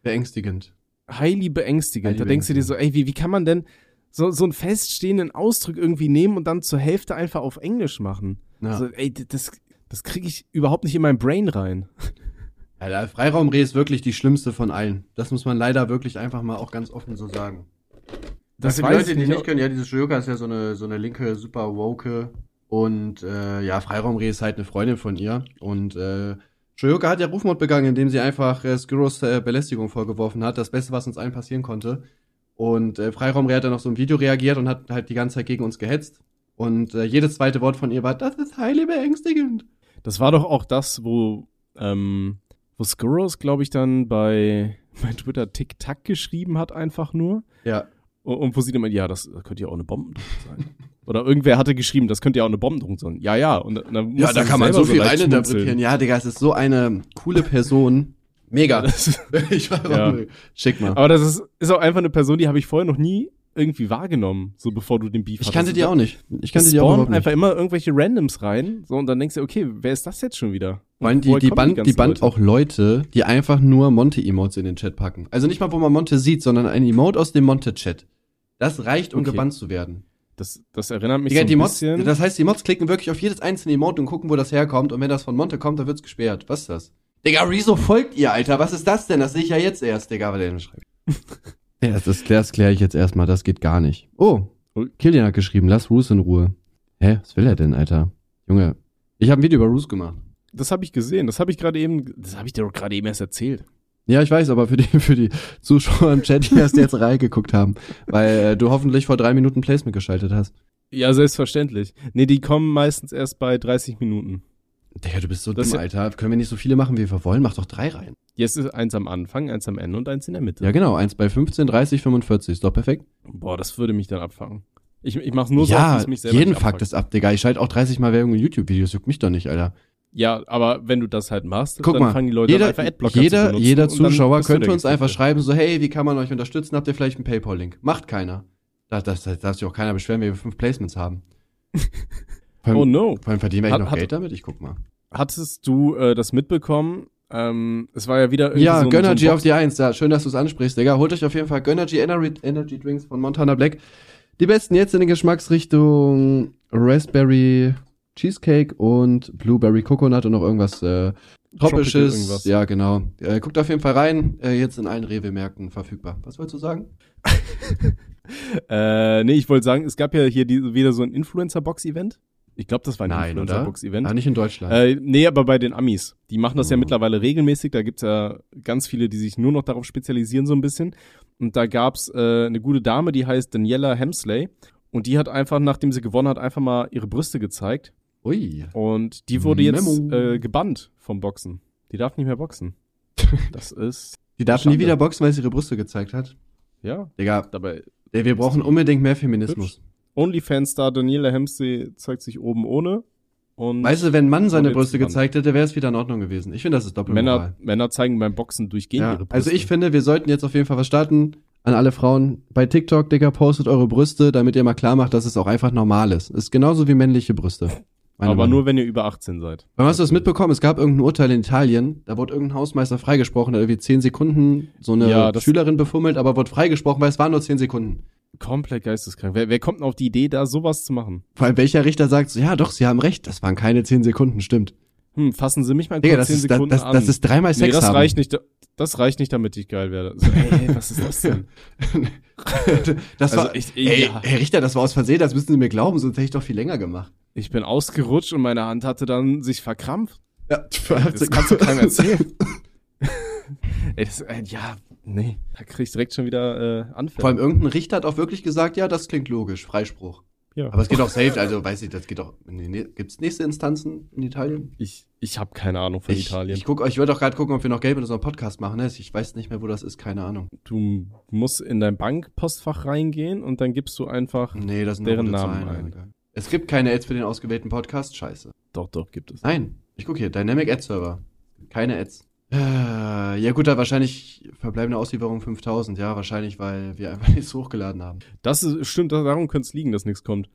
Beängstigend.
highly beängstigend.
Highly
da denkst du dir so, ey, wie, wie kann man denn so, so einen feststehenden Ausdruck irgendwie nehmen und dann zur Hälfte einfach auf Englisch machen?
Ja.
Also, ey, d- das, das kriege ich überhaupt nicht in mein Brain rein.
ja, der Freiraumreh ist wirklich die schlimmste von allen. Das muss man leider wirklich einfach mal auch ganz offen so sagen. Das sind die
weiß
Leute,
ich
die
nicht.
nicht können. Ja, diese Shoyoka ist ja so eine, so eine linke, super woke. Und äh, ja, Freiraumreh ist halt eine Freundin von ihr. Und äh, Shoyoka hat ja Rufmord begangen, indem sie einfach äh, Skyros äh, Belästigung vorgeworfen hat. Das Beste, was uns allen passieren konnte. Und äh, Freiraumreh hat dann auf so ein Video reagiert und hat halt die ganze Zeit gegen uns gehetzt. Und äh, jedes zweite Wort von ihr war, das ist heilig beängstigend.
Das war doch auch das, wo, ähm, wo Skurros, glaube ich, dann bei, [laughs] bei Twitter Tic-Tac geschrieben hat, einfach nur.
Ja,
Und, und wo sie dann meinte, ja, das könnte ja auch eine Bombendrohung
[laughs]
sein. Oder irgendwer hatte geschrieben, das könnte ja auch eine Bombendrohung sein. Ja, ja. Und, dann- dann
ja
musste
da
sie
kann man
selber
so viel
leicht
reininterpretieren. Ja, Digga, es ist so eine coole Person. Mega.
[laughs] schmunzeln.
ich Freiraumreh. Schick mal.
Aber das ist, ist auch einfach eine Person, die habe ich vorher noch nie irgendwie wahrgenommen, so bevor du den Beef
Ich
hattest.
kannte die auch nicht. Ich
Es
kannte die auch
spawnen
überhaupt nicht.
einfach immer irgendwelche Randoms rein, so und dann denkst du, okay, wer ist das jetzt schon wieder?
Vor allem die,
Woher
die
kommen
Band, die
ganzen
Band
Leute?
auch Leute, die einfach nur Monte-Emotes in den Chat packen. Also nicht mal, wo man Monte sieht, sondern ein Emote aus dem Monte-Chat. Das reicht, um
Okay.
gebannt zu werden.
Das, das erinnert mich
Digga,
so ein
die Mods,
bisschen.
das heißt, die Mods klicken wirklich auf jedes einzelne Emote und gucken, wo das herkommt. Und wenn das von Monte kommt, dann wird's gesperrt. Was ist das? Digga, Rezo folgt ihr, Alter. Was ist das denn? Das sehe ich ja jetzt erst, Digga, weil er den schreibt. [laughs] ja, das, das, klär- das kläre ich jetzt erstmal. Das geht gar nicht. Oh, Kilian hat geschrieben, lass Roos in Ruhe. Hä? Was will er denn, Alter? Junge, ich habe ein Video über Roos gemacht.
Das habe ich gesehen. Das habe ich gerade eben, das habe ich dir doch gerade eben erst erzählt.
Ja, ich weiß, aber für die, [laughs] für die Zuschauer im Chat, die erst jetzt reingeguckt haben, weil äh, du hoffentlich vor drei Minuten Placement geschaltet hast.
Ja, selbstverständlich. Nee, die kommen meistens erst bei 30 Minuten.
Digga, du bist so
Das
dumm, Alter. Können wir nicht so viele machen, wie wir wollen? Mach doch drei rein.
Jetzt ist eins am Anfang, eins am Ende und eins in der Mitte.
Ja, genau. Eins bei 15, 30, 45. Ist doch perfekt.
Boah, das würde mich dann abfangen. Ich, ich mache nur so,
ja,
dass mich selber
jeden
nicht
Fakt
abfuckt.
ist ab, Digga. Ich schalte auch 30 Mal Werbung in YouTube-Videos. Juckt mich doch nicht, Alter.
Ja, aber wenn du das halt machst,
Guck
dann
mal,
fangen die Leute an,
jeder,
einfach Adblocker zu
jeder,
benutzen
jeder
und dann
Zuschauer
bist du
könnte
der
uns einfach
Gefickte.
schreiben, so, hey, wie kann man euch unterstützen? Habt ihr vielleicht einen Paypal-Link? Macht keiner. Da, das, da darf sich auch keiner beschweren, wenn wir fünf Placements
[laughs]
haben. vor, allem,
Oh no.
vor allem verdienen wir eigentlich
Hat-
noch
hat-
Geld damit? Ich guck mal.
Hattest du äh, das mitbekommen? Ähm, es war ja wieder irgendwie
Ja,
so ein,
Gönnergy
so ein
auf die Eins. Ja, schön, dass du es ansprichst, Digga. Holt euch auf jeden Fall Gönnergy Energy, Energy Drinks von Montana Black. Die besten jetzt in der Geschmacksrichtung Raspberry Cheesecake und Blueberry Coconut und noch irgendwas äh,
Tropical
Tropisches.
irgendwas.
Ja, genau. Äh, guckt auf jeden Fall rein. Äh, jetzt in allen Rewe-Märkten verfügbar. Was wolltest du sagen?
Äh, nee, ich wollte sagen, es gab ja hier die, wieder so ein Influencer-Box-Event. Ich glaube, das war ein
Nein, oder? Ah,
Influencer-Box-Event.
nicht in Deutschland.
Äh, nee, aber bei den Amis. Die machen das ja
Mhm.
mittlerweile regelmäßig. Da gibt's ja ganz viele, die sich nur noch darauf spezialisieren, so ein bisschen. Und da gab's äh, eine gute Dame, die heißt Daniela Hemsley. Und die hat einfach, nachdem sie gewonnen hat, einfach mal ihre Brüste gezeigt.
Ui.
Und die wurde jetzt
Memo.
äh, gebannt vom Boxen. Die darf nicht
[laughs]
mehr boxen. Das ist,
Die darf
Schande.
nie wieder boxen, weil sie ihre Brüste gezeigt hat.
ja,
Digga,
dabei
ey, wir brauchen unbedingt mehr Feminismus.
OnlyFans-Star Daniela Hemsley zeigt sich oben ohne. Und
Weißt du, wenn ein Mann seine
jetzt
Brüste
dran.
gezeigt hätte, wäre es wieder in Ordnung gewesen. Ich finde, das ist Doppelmoral.
Männer, Männer zeigen beim Boxen durchgehend
Ja,
ihre Brüste.
also ich finde, wir sollten jetzt auf jeden Fall was starten an alle Frauen. Bei TikTok, Digga, postet eure Brüste, damit ihr mal klar macht, dass es auch einfach normal ist. Ist genauso wie männliche Brüste. Meine
aber
Meinung.
nur, wenn ihr über 18 seid.
Wann hast du das mitbekommen? Es gab irgendein Urteil in Italien, da wurde irgendein Hausmeister freigesprochen, der irgendwie 10 Sekunden so eine
Ja, das-
Schülerin befummelt, aber wurde freigesprochen, weil es waren nur 10 Sekunden.
Komplett geisteskrank. Wer, wer kommt denn auf die Idee, da sowas zu machen?
Vor allem welcher Richter sagt so, ja doch, sie haben recht, das waren keine 10 Sekunden, stimmt.
Hm, fassen Sie mich mal
Digga, das
kurz 10
ist, das,
Sekunden
das,
an.
das ist dreimal
nee,
Sex
das
haben.
reicht nicht. da- Das reicht nicht, damit ich geil werde. So, ey, was ist das denn?
Das
Also
war,
ich-
ey,
ja.
Herr Richter, das war aus Versehen, das müssen Sie mir glauben, sonst hätte ich doch viel länger gemacht.
[laughs] Ich bin ausgerutscht und meine Hand hatte dann sich verkrampft.
[laughs] Ja,
Das kannst du [laughs]
[laughs]
keinem erzählen. ey, das, äh, ja, nee. Da krieg ich direkt schon wieder äh, Anfälle.
Vor allem irgendein Richter hat auch wirklich gesagt, ja, das klingt logisch, Freispruch.
ja.
Aber es geht auch safe, also weiß ich, das geht auch. Nee, gibt's nächste Instanzen in Italien?
ich, ich habe keine Ahnung von
ich,
Italien.
Ich, guck, ich wollte auch gerade gucken, ob wir noch Geld mit unserem Podcast machen. Ne? Ich weiß nicht mehr, wo das ist, keine Ahnung.
du musst in dein Bankpostfach reingehen und dann gibst du einfach.
Nee, das sind
Deren
rote
Namen
Zahlen,
ein.
ja, egal. Es gibt keine Ads für den ausgewählten Podcast, scheiße.
Doch, doch, gibt es.
Nein, ich gucke hier, Dynamic Ad Server. Keine Ads. Äh, Ja gut, da wahrscheinlich verbleibende Auslieferung 5000. Ja, wahrscheinlich, weil wir einfach [laughs] nichts hochgeladen haben.
Das ist, stimmt, da- darum könnte es liegen, dass nichts kommt.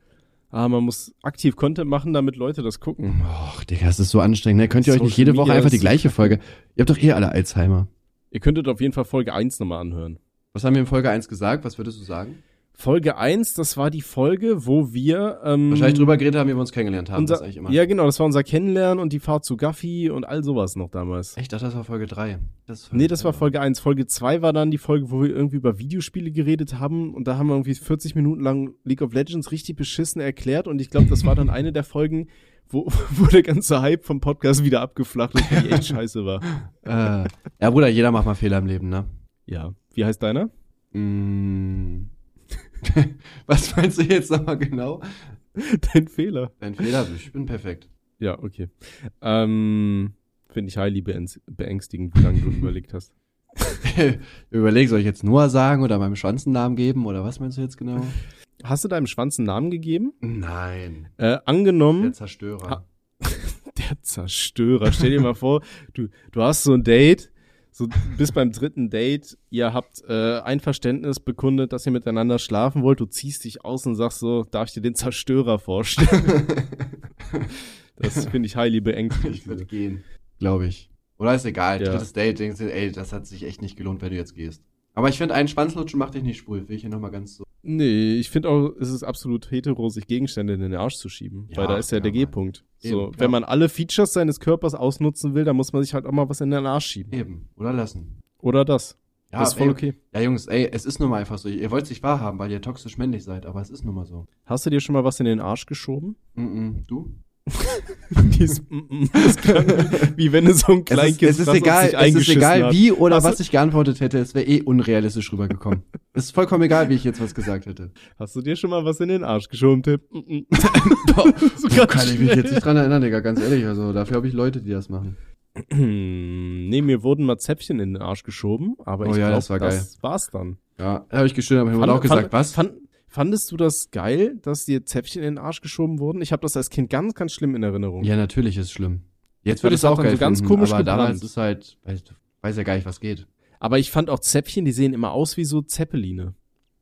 Aber man muss aktiv Content machen, damit Leute das gucken.
Och, Digga, das ist so anstrengend. Ne? Könnt ihr euch nicht
Social
jede
Media
Woche einfach die
ist-
gleiche [laughs] Folge... Ihr habt doch eh alle Alzheimer.
Ihr könntet auf jeden Fall Folge 1 nochmal anhören.
Was haben wir in Folge 1 gesagt? Was würdest du sagen?
Folge 1, das war die Folge, wo wir. Ähm,
Wahrscheinlich drüber geredet haben, wie wir uns kennengelernt haben. das
unser,
ist eigentlich immer.
Ja, genau, das war unser Kennenlernen und die Fahrt zu Gaffi und all sowas noch damals.
Ich dachte, das war Folge 3. Das ist Folge
Nee, das
drei,
war Folge 1. Folge 2 war dann die Folge, wo wir irgendwie über Videospiele geredet haben und da haben wir irgendwie 40 Minuten lang League of Legends richtig beschissen erklärt und ich glaube, das war dann eine der Folgen, wo, [laughs] wo der ganze Hype vom Podcast wieder abgeflacht ist, wie echt scheiße war.
Äh, ja, Bruder, jeder macht mal Fehler im Leben, ne?
Ja. Wie heißt deiner?
Mm. [laughs] Was meinst du jetzt nochmal genau?
[laughs] Dein Fehler.
Dein Fehler, ich bin perfekt.
Ja, okay. Ähm, Finde ich highly beängs- beängstigend, wie lange du [laughs] überlegt hast.
Überleg, soll ich jetzt Noah sagen oder meinem Schwanzennamen geben oder was meinst du jetzt genau?
Hast du deinem Schwanz einen Namen gegeben?
Nein,
Äh, angenommen.
der Zerstörer.
Ha- Der Zerstörer. Stell dir mal vor, du, du hast so ein Date, so bis beim dritten Date, ihr habt äh, Einverständnis bekundet, dass ihr miteinander schlafen wollt, du ziehst dich aus und sagst so, darf ich dir den Zerstörer [laughs] vorstellen?
[laughs]
das finde ich highly
Ich würde
beängstigend.
gehen, glaube ich. Oder ist egal,
Ja.
drittes Date, denkst du, ey, das hat sich echt nicht gelohnt, wenn du jetzt gehst. Aber ich finde, einen Schwanzlutschen macht dich nicht schwul. Will ich hier nochmal ganz so.
Nee, ich finde auch, es ist absolut hetero, sich Gegenstände in den Arsch zu schieben.
Ja,
weil da ist ja,
ja,
der
Mann.
G-Punkt. So,
Eben, klar.
wenn man alle Features seines Körpers ausnutzen will, dann muss man sich halt auch mal was in den Arsch schieben.
Eben. Oder lassen.
Oder das.
Ja,
das ist voll
ey,
okay.
Ja, Jungs, ey, es ist nun mal einfach so. Ihr wollt es nicht wahrhaben, weil ihr toxisch männlich seid, aber es ist nun mal so.
Hast du dir schon mal was in den
[laughs]
Arsch geschoben? [laughs]
Mm -mm. Du?
Dies, mm, mm,
[laughs]
das klang wie, wie wenn es so ein Kleinkind
es ist, es
was
ist egal,
sich
es ist
eingeschissen
egal
hat.
wie oder
Hast du-
was ich geantwortet hätte. Es wäre eh unrealistisch
[laughs]
rübergekommen. es ist vollkommen egal, wie ich jetzt was gesagt hätte.
Hast du dir schon mal was in den Arsch
[laughs]
geschoben, Tipp? Mm, mm. so
Puh,
ganz
kann ich mich
schnell.
jetzt nicht dran erinnern, Digga, ganz ehrlich. Also dafür habe ich Leute, die das machen.
[laughs] nee, mir wurden mal Zäpfchen in den Arsch geschoben, aber
Oh
ich
ja,
glaube,
das
das,
war
war's dann.
Ja, habe ich gestöhnt, aber ich habe auch gesagt,
fand,
was?
Fand, fandest du das geil, dass dir Zäpfchen in den Arsch geschoben wurden? Ich habe das als Kind ganz, ganz schlimm in Erinnerung.
ja, natürlich ist schlimm. Jetzt
Weil
würde
das
ich es
hat
auch
dann
geil
so ganz
finden,
komisch
aber damals
gebrannt.
ist halt, weiß, weiß ja gar nicht, was geht.
Aber ich fand auch Zäpfchen, die sehen immer aus wie so Zeppeline.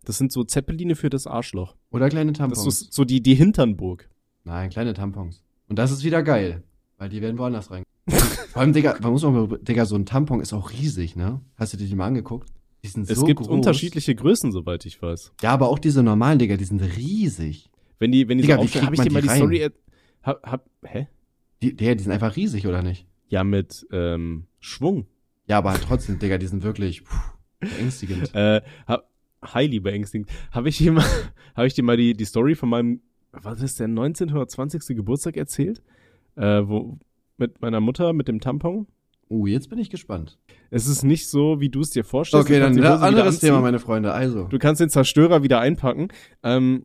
Das sind so Zeppeline für das Arschloch.
Oder kleine
Das
Tampons.
ist so die, die Hinternburg.
Nein, kleine Tampons. Und das ist wieder geil, weil die werden woanders
[laughs]
rein. Vor allem, Digga, man muss auch mal, Digga, so ein Tampon ist auch riesig, ne? Hast du dir die mal angeguckt? Die sind
Es
so
gibt
groß.
unterschiedliche Größen, soweit ich weiß.
Ja, aber auch diese normalen, Digga, die sind riesig.
Wenn die, wenn die
Digga, wie
so aufstehen,
kriegt
habe ich
man
dir mal
die
die
rein?
Story. er- Hab, hab, hä?
Die, die, die sind einfach riesig, oder nicht?
Ja, mit ähm, Schwung.
Ja, aber halt trotzdem, Digga, die sind wirklich puh, beängstigend.
Äh, hab, highly beängstigend. Habe ich dir mal, [laughs] hab ich dir mal die, die Story von meinem, was ist der 19. oder 20. Geburtstag erzählt? Äh, wo, mit meiner Mutter, mit dem Tampon.
Oh, jetzt bin ich gespannt.
Es ist nicht so, wie du es dir vorstellst.
Okay,
Du kannst
dann
die Hose wieder
anderes
anziehen.
Thema, meine Freunde. Also,
Du kannst den Zerstörer wieder einpacken. Ähm,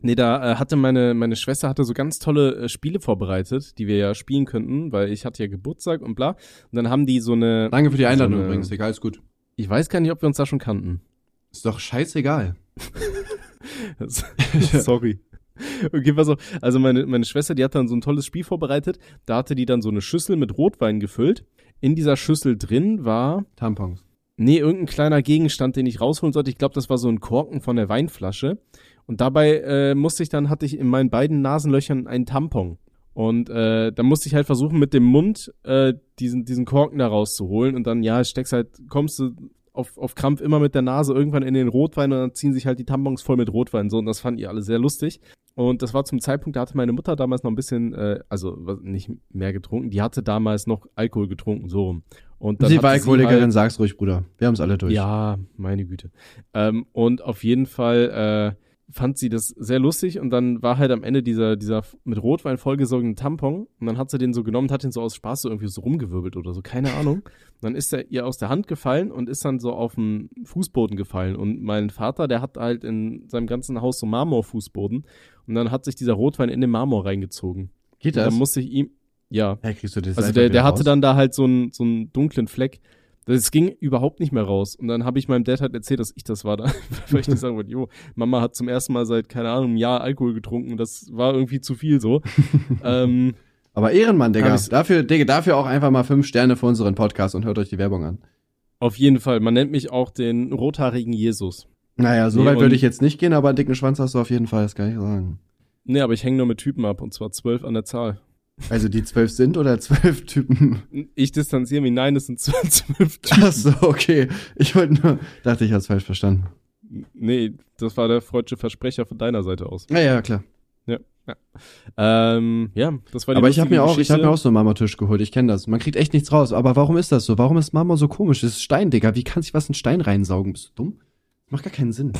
nee, da äh, hatte meine, meine Schwester hatte so ganz tolle äh, Spiele vorbereitet, die wir ja spielen könnten, weil ich hatte ja Geburtstag und bla. Und dann haben die so eine.
danke für die Einladung
so eine-
übrigens. Egal, ist gut.
Ich weiß gar nicht, ob wir uns da schon kannten.
Ist doch scheißegal.
Sorry. Okay, pass auf. Also meine, meine Schwester, die hat dann so ein tolles Spiel vorbereitet. Da hatte die dann so eine Schüssel mit Rotwein gefüllt. In dieser Schüssel drin war,
Tampons.
nee, irgendein kleiner Gegenstand, den ich rausholen sollte. Ich glaube, das war so ein Korken von der Weinflasche. Und dabei äh, musste ich dann, hatte ich in meinen beiden Nasenlöchern einen Tampon. Und äh, dann musste ich halt versuchen, mit dem Mund äh, diesen, diesen Korken da rauszuholen. Und dann, ja, steckst halt, kommst du auf, auf Krampf immer mit der Nase irgendwann in den Rotwein und dann ziehen sich halt die Tampons voll mit Rotwein. So, und das fanden ihr alle sehr lustig. Und das war zum Zeitpunkt, da hatte meine Mutter damals noch ein bisschen, äh, also was- nicht mehr getrunken, die hatte damals noch Alkohol getrunken, so rum. Und dann
Sie
hatte
war Alkoholikerin,
halt-
sag's ruhig, Bruder. Wir haben's alle durch.
ja, meine Güte. Ähm, und auf jeden Fall äh, fand sie das sehr lustig und dann war halt am Ende dieser, dieser f- mit Rotwein vollgesogene Tampon und dann hat sie den so genommen und hat den so aus Spaß so irgendwie so rumgewirbelt oder so, keine Ahnung.
[laughs]
Und dann ist er ihr aus der Hand gefallen und ist dann so auf den Fußboden gefallen und mein Vater, der hat halt in seinem ganzen Haus so Marmorfußboden und dann hat sich dieser Rotwein in den Marmor reingezogen.
Geht
Und
das?
dann musste ich ihm, ja,
hey, kriegst du das
also
einfach
der,
wieder
der hatte
raus?
dann da halt so einen, so einen dunklen Fleck. Das ging überhaupt nicht mehr raus. Und dann habe ich meinem Dad halt erzählt, dass ich das war da. [laughs]
[laughs]
Weil ich nicht sagen wollte, jo, Mama hat zum ersten Mal seit, keine Ahnung, einem Jahr Alkohol getrunken. Das war irgendwie zu viel
[laughs]
so. ähm,
Aber Ehrenmann, Digga.
Hab ich's-
Dafür, Digga, dafür auch einfach mal fünf Sterne für unseren Podcast und hört euch die Werbung an.
auf jeden Fall. Man nennt mich auch den rothaarigen Jesus.
Naja, so
Nee,
weit
und-
würde ich jetzt nicht gehen, aber einen dicken Schwanz hast du auf jeden Fall, das kann ich sagen.
Nee, aber ich hänge nur mit Typen ab. Und zwar zwölf an der Zahl.
Also die zwölf sind oder zwölf [laughs] Typen?
Ich distanziere mich. Nein, es sind [laughs] zwölf Typen.
Ach so, okay. Ich wollte nur, dachte ich, hab's falsch verstanden.
Nee, das war der freudsche Versprecher von deiner Seite aus.
Naja, klar.
Ähm, ja, das war die
Aber ich habe
lustige
mir auch, ich habe
Geschichte.
mir auch so einen Marmortisch geholt. Ich kenne das. Man kriegt echt nichts raus. Aber warum ist das so? Warum ist Marmor so komisch? Das ist Stein, Digga. Wie kann sich was in Stein reinsaugen? Bist du dumm? Macht gar keinen
[laughs]
Sinn.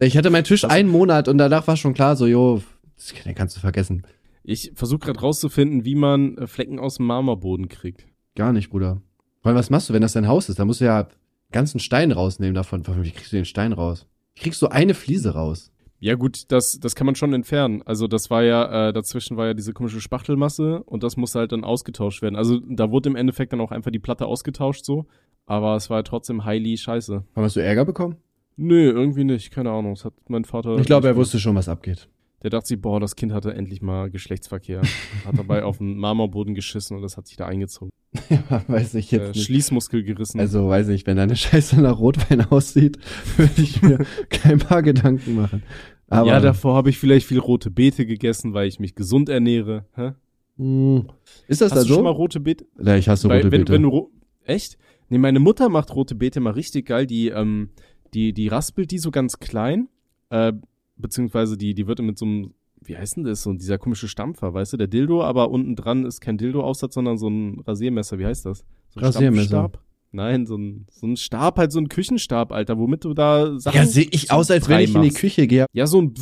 ich hatte meinen Tisch einen Monat und danach war schon klar, so, jo, das kann- den kannst du vergessen.
Ich versuche gerade rauszufinden, wie man äh, Flecken aus dem Marmorboden kriegt.
Gar nicht, Bruder. Vor allem, was machst du, wenn das dein Haus ist? Da musst du ja den ganzen Stein rausnehmen davon. Wie kriegst du den Stein raus? Wie kriegst du eine Fliese raus?
Ja gut, das, das kann man schon entfernen. Also das war ja, äh, dazwischen war ja diese komische Spachtelmasse und das musste halt dann ausgetauscht werden. Also da wurde im Endeffekt dann auch einfach die Platte ausgetauscht so, aber es war ja trotzdem highly scheiße.
Warum Hast du Ärger bekommen?
Nö, irgendwie nicht, keine Ahnung. Das hat mein Vater.
Ich glaube, er wusste schon, was abgeht. [laughs]
Der dachte sich, boah, das Kind hatte endlich mal Geschlechtsverkehr. hat dabei auf den Marmorboden geschissen und das hat sich da eingezogen.
Weiß ich
Äh,
jetzt nicht.
Schließmuskel gerissen.
Also weiß ich, wenn deine [laughs] Scheiße nach Rotwein aussieht, [laughs] würde ich mir
[laughs]
kein paar Gedanken machen. Aber
ja, davor habe ich vielleicht viel rote Beete gegessen, weil ich mich gesund ernähre. Hä?
mh, hm, ist das
Hast
da
du schon mal
so?
rote Beete?
Ja, ich hasse
Weil,
rote
wenn,
Beete.
Wenn du, ro- echt? Nee, meine Mutter macht rote Beete mal richtig geil. Die, ähm, die, die raspelt die so ganz klein. Äh, beziehungsweise die, die wird mit so einem, wie heißt denn das, so dieser komische Stampfer, weißt du, der Dildo, aber unten dran ist kein Dildo-Aussatz, sondern so ein Rasiermesser, wie heißt das? So ein
Rasiermesser.
Stampfstab? Nein, so ein, so ein Stab, halt so ein Küchenstab, Alter, womit du da Sachen.
Ja, sehe ich aus, als wenn ich in die Küche gehe.
Ja, so ein.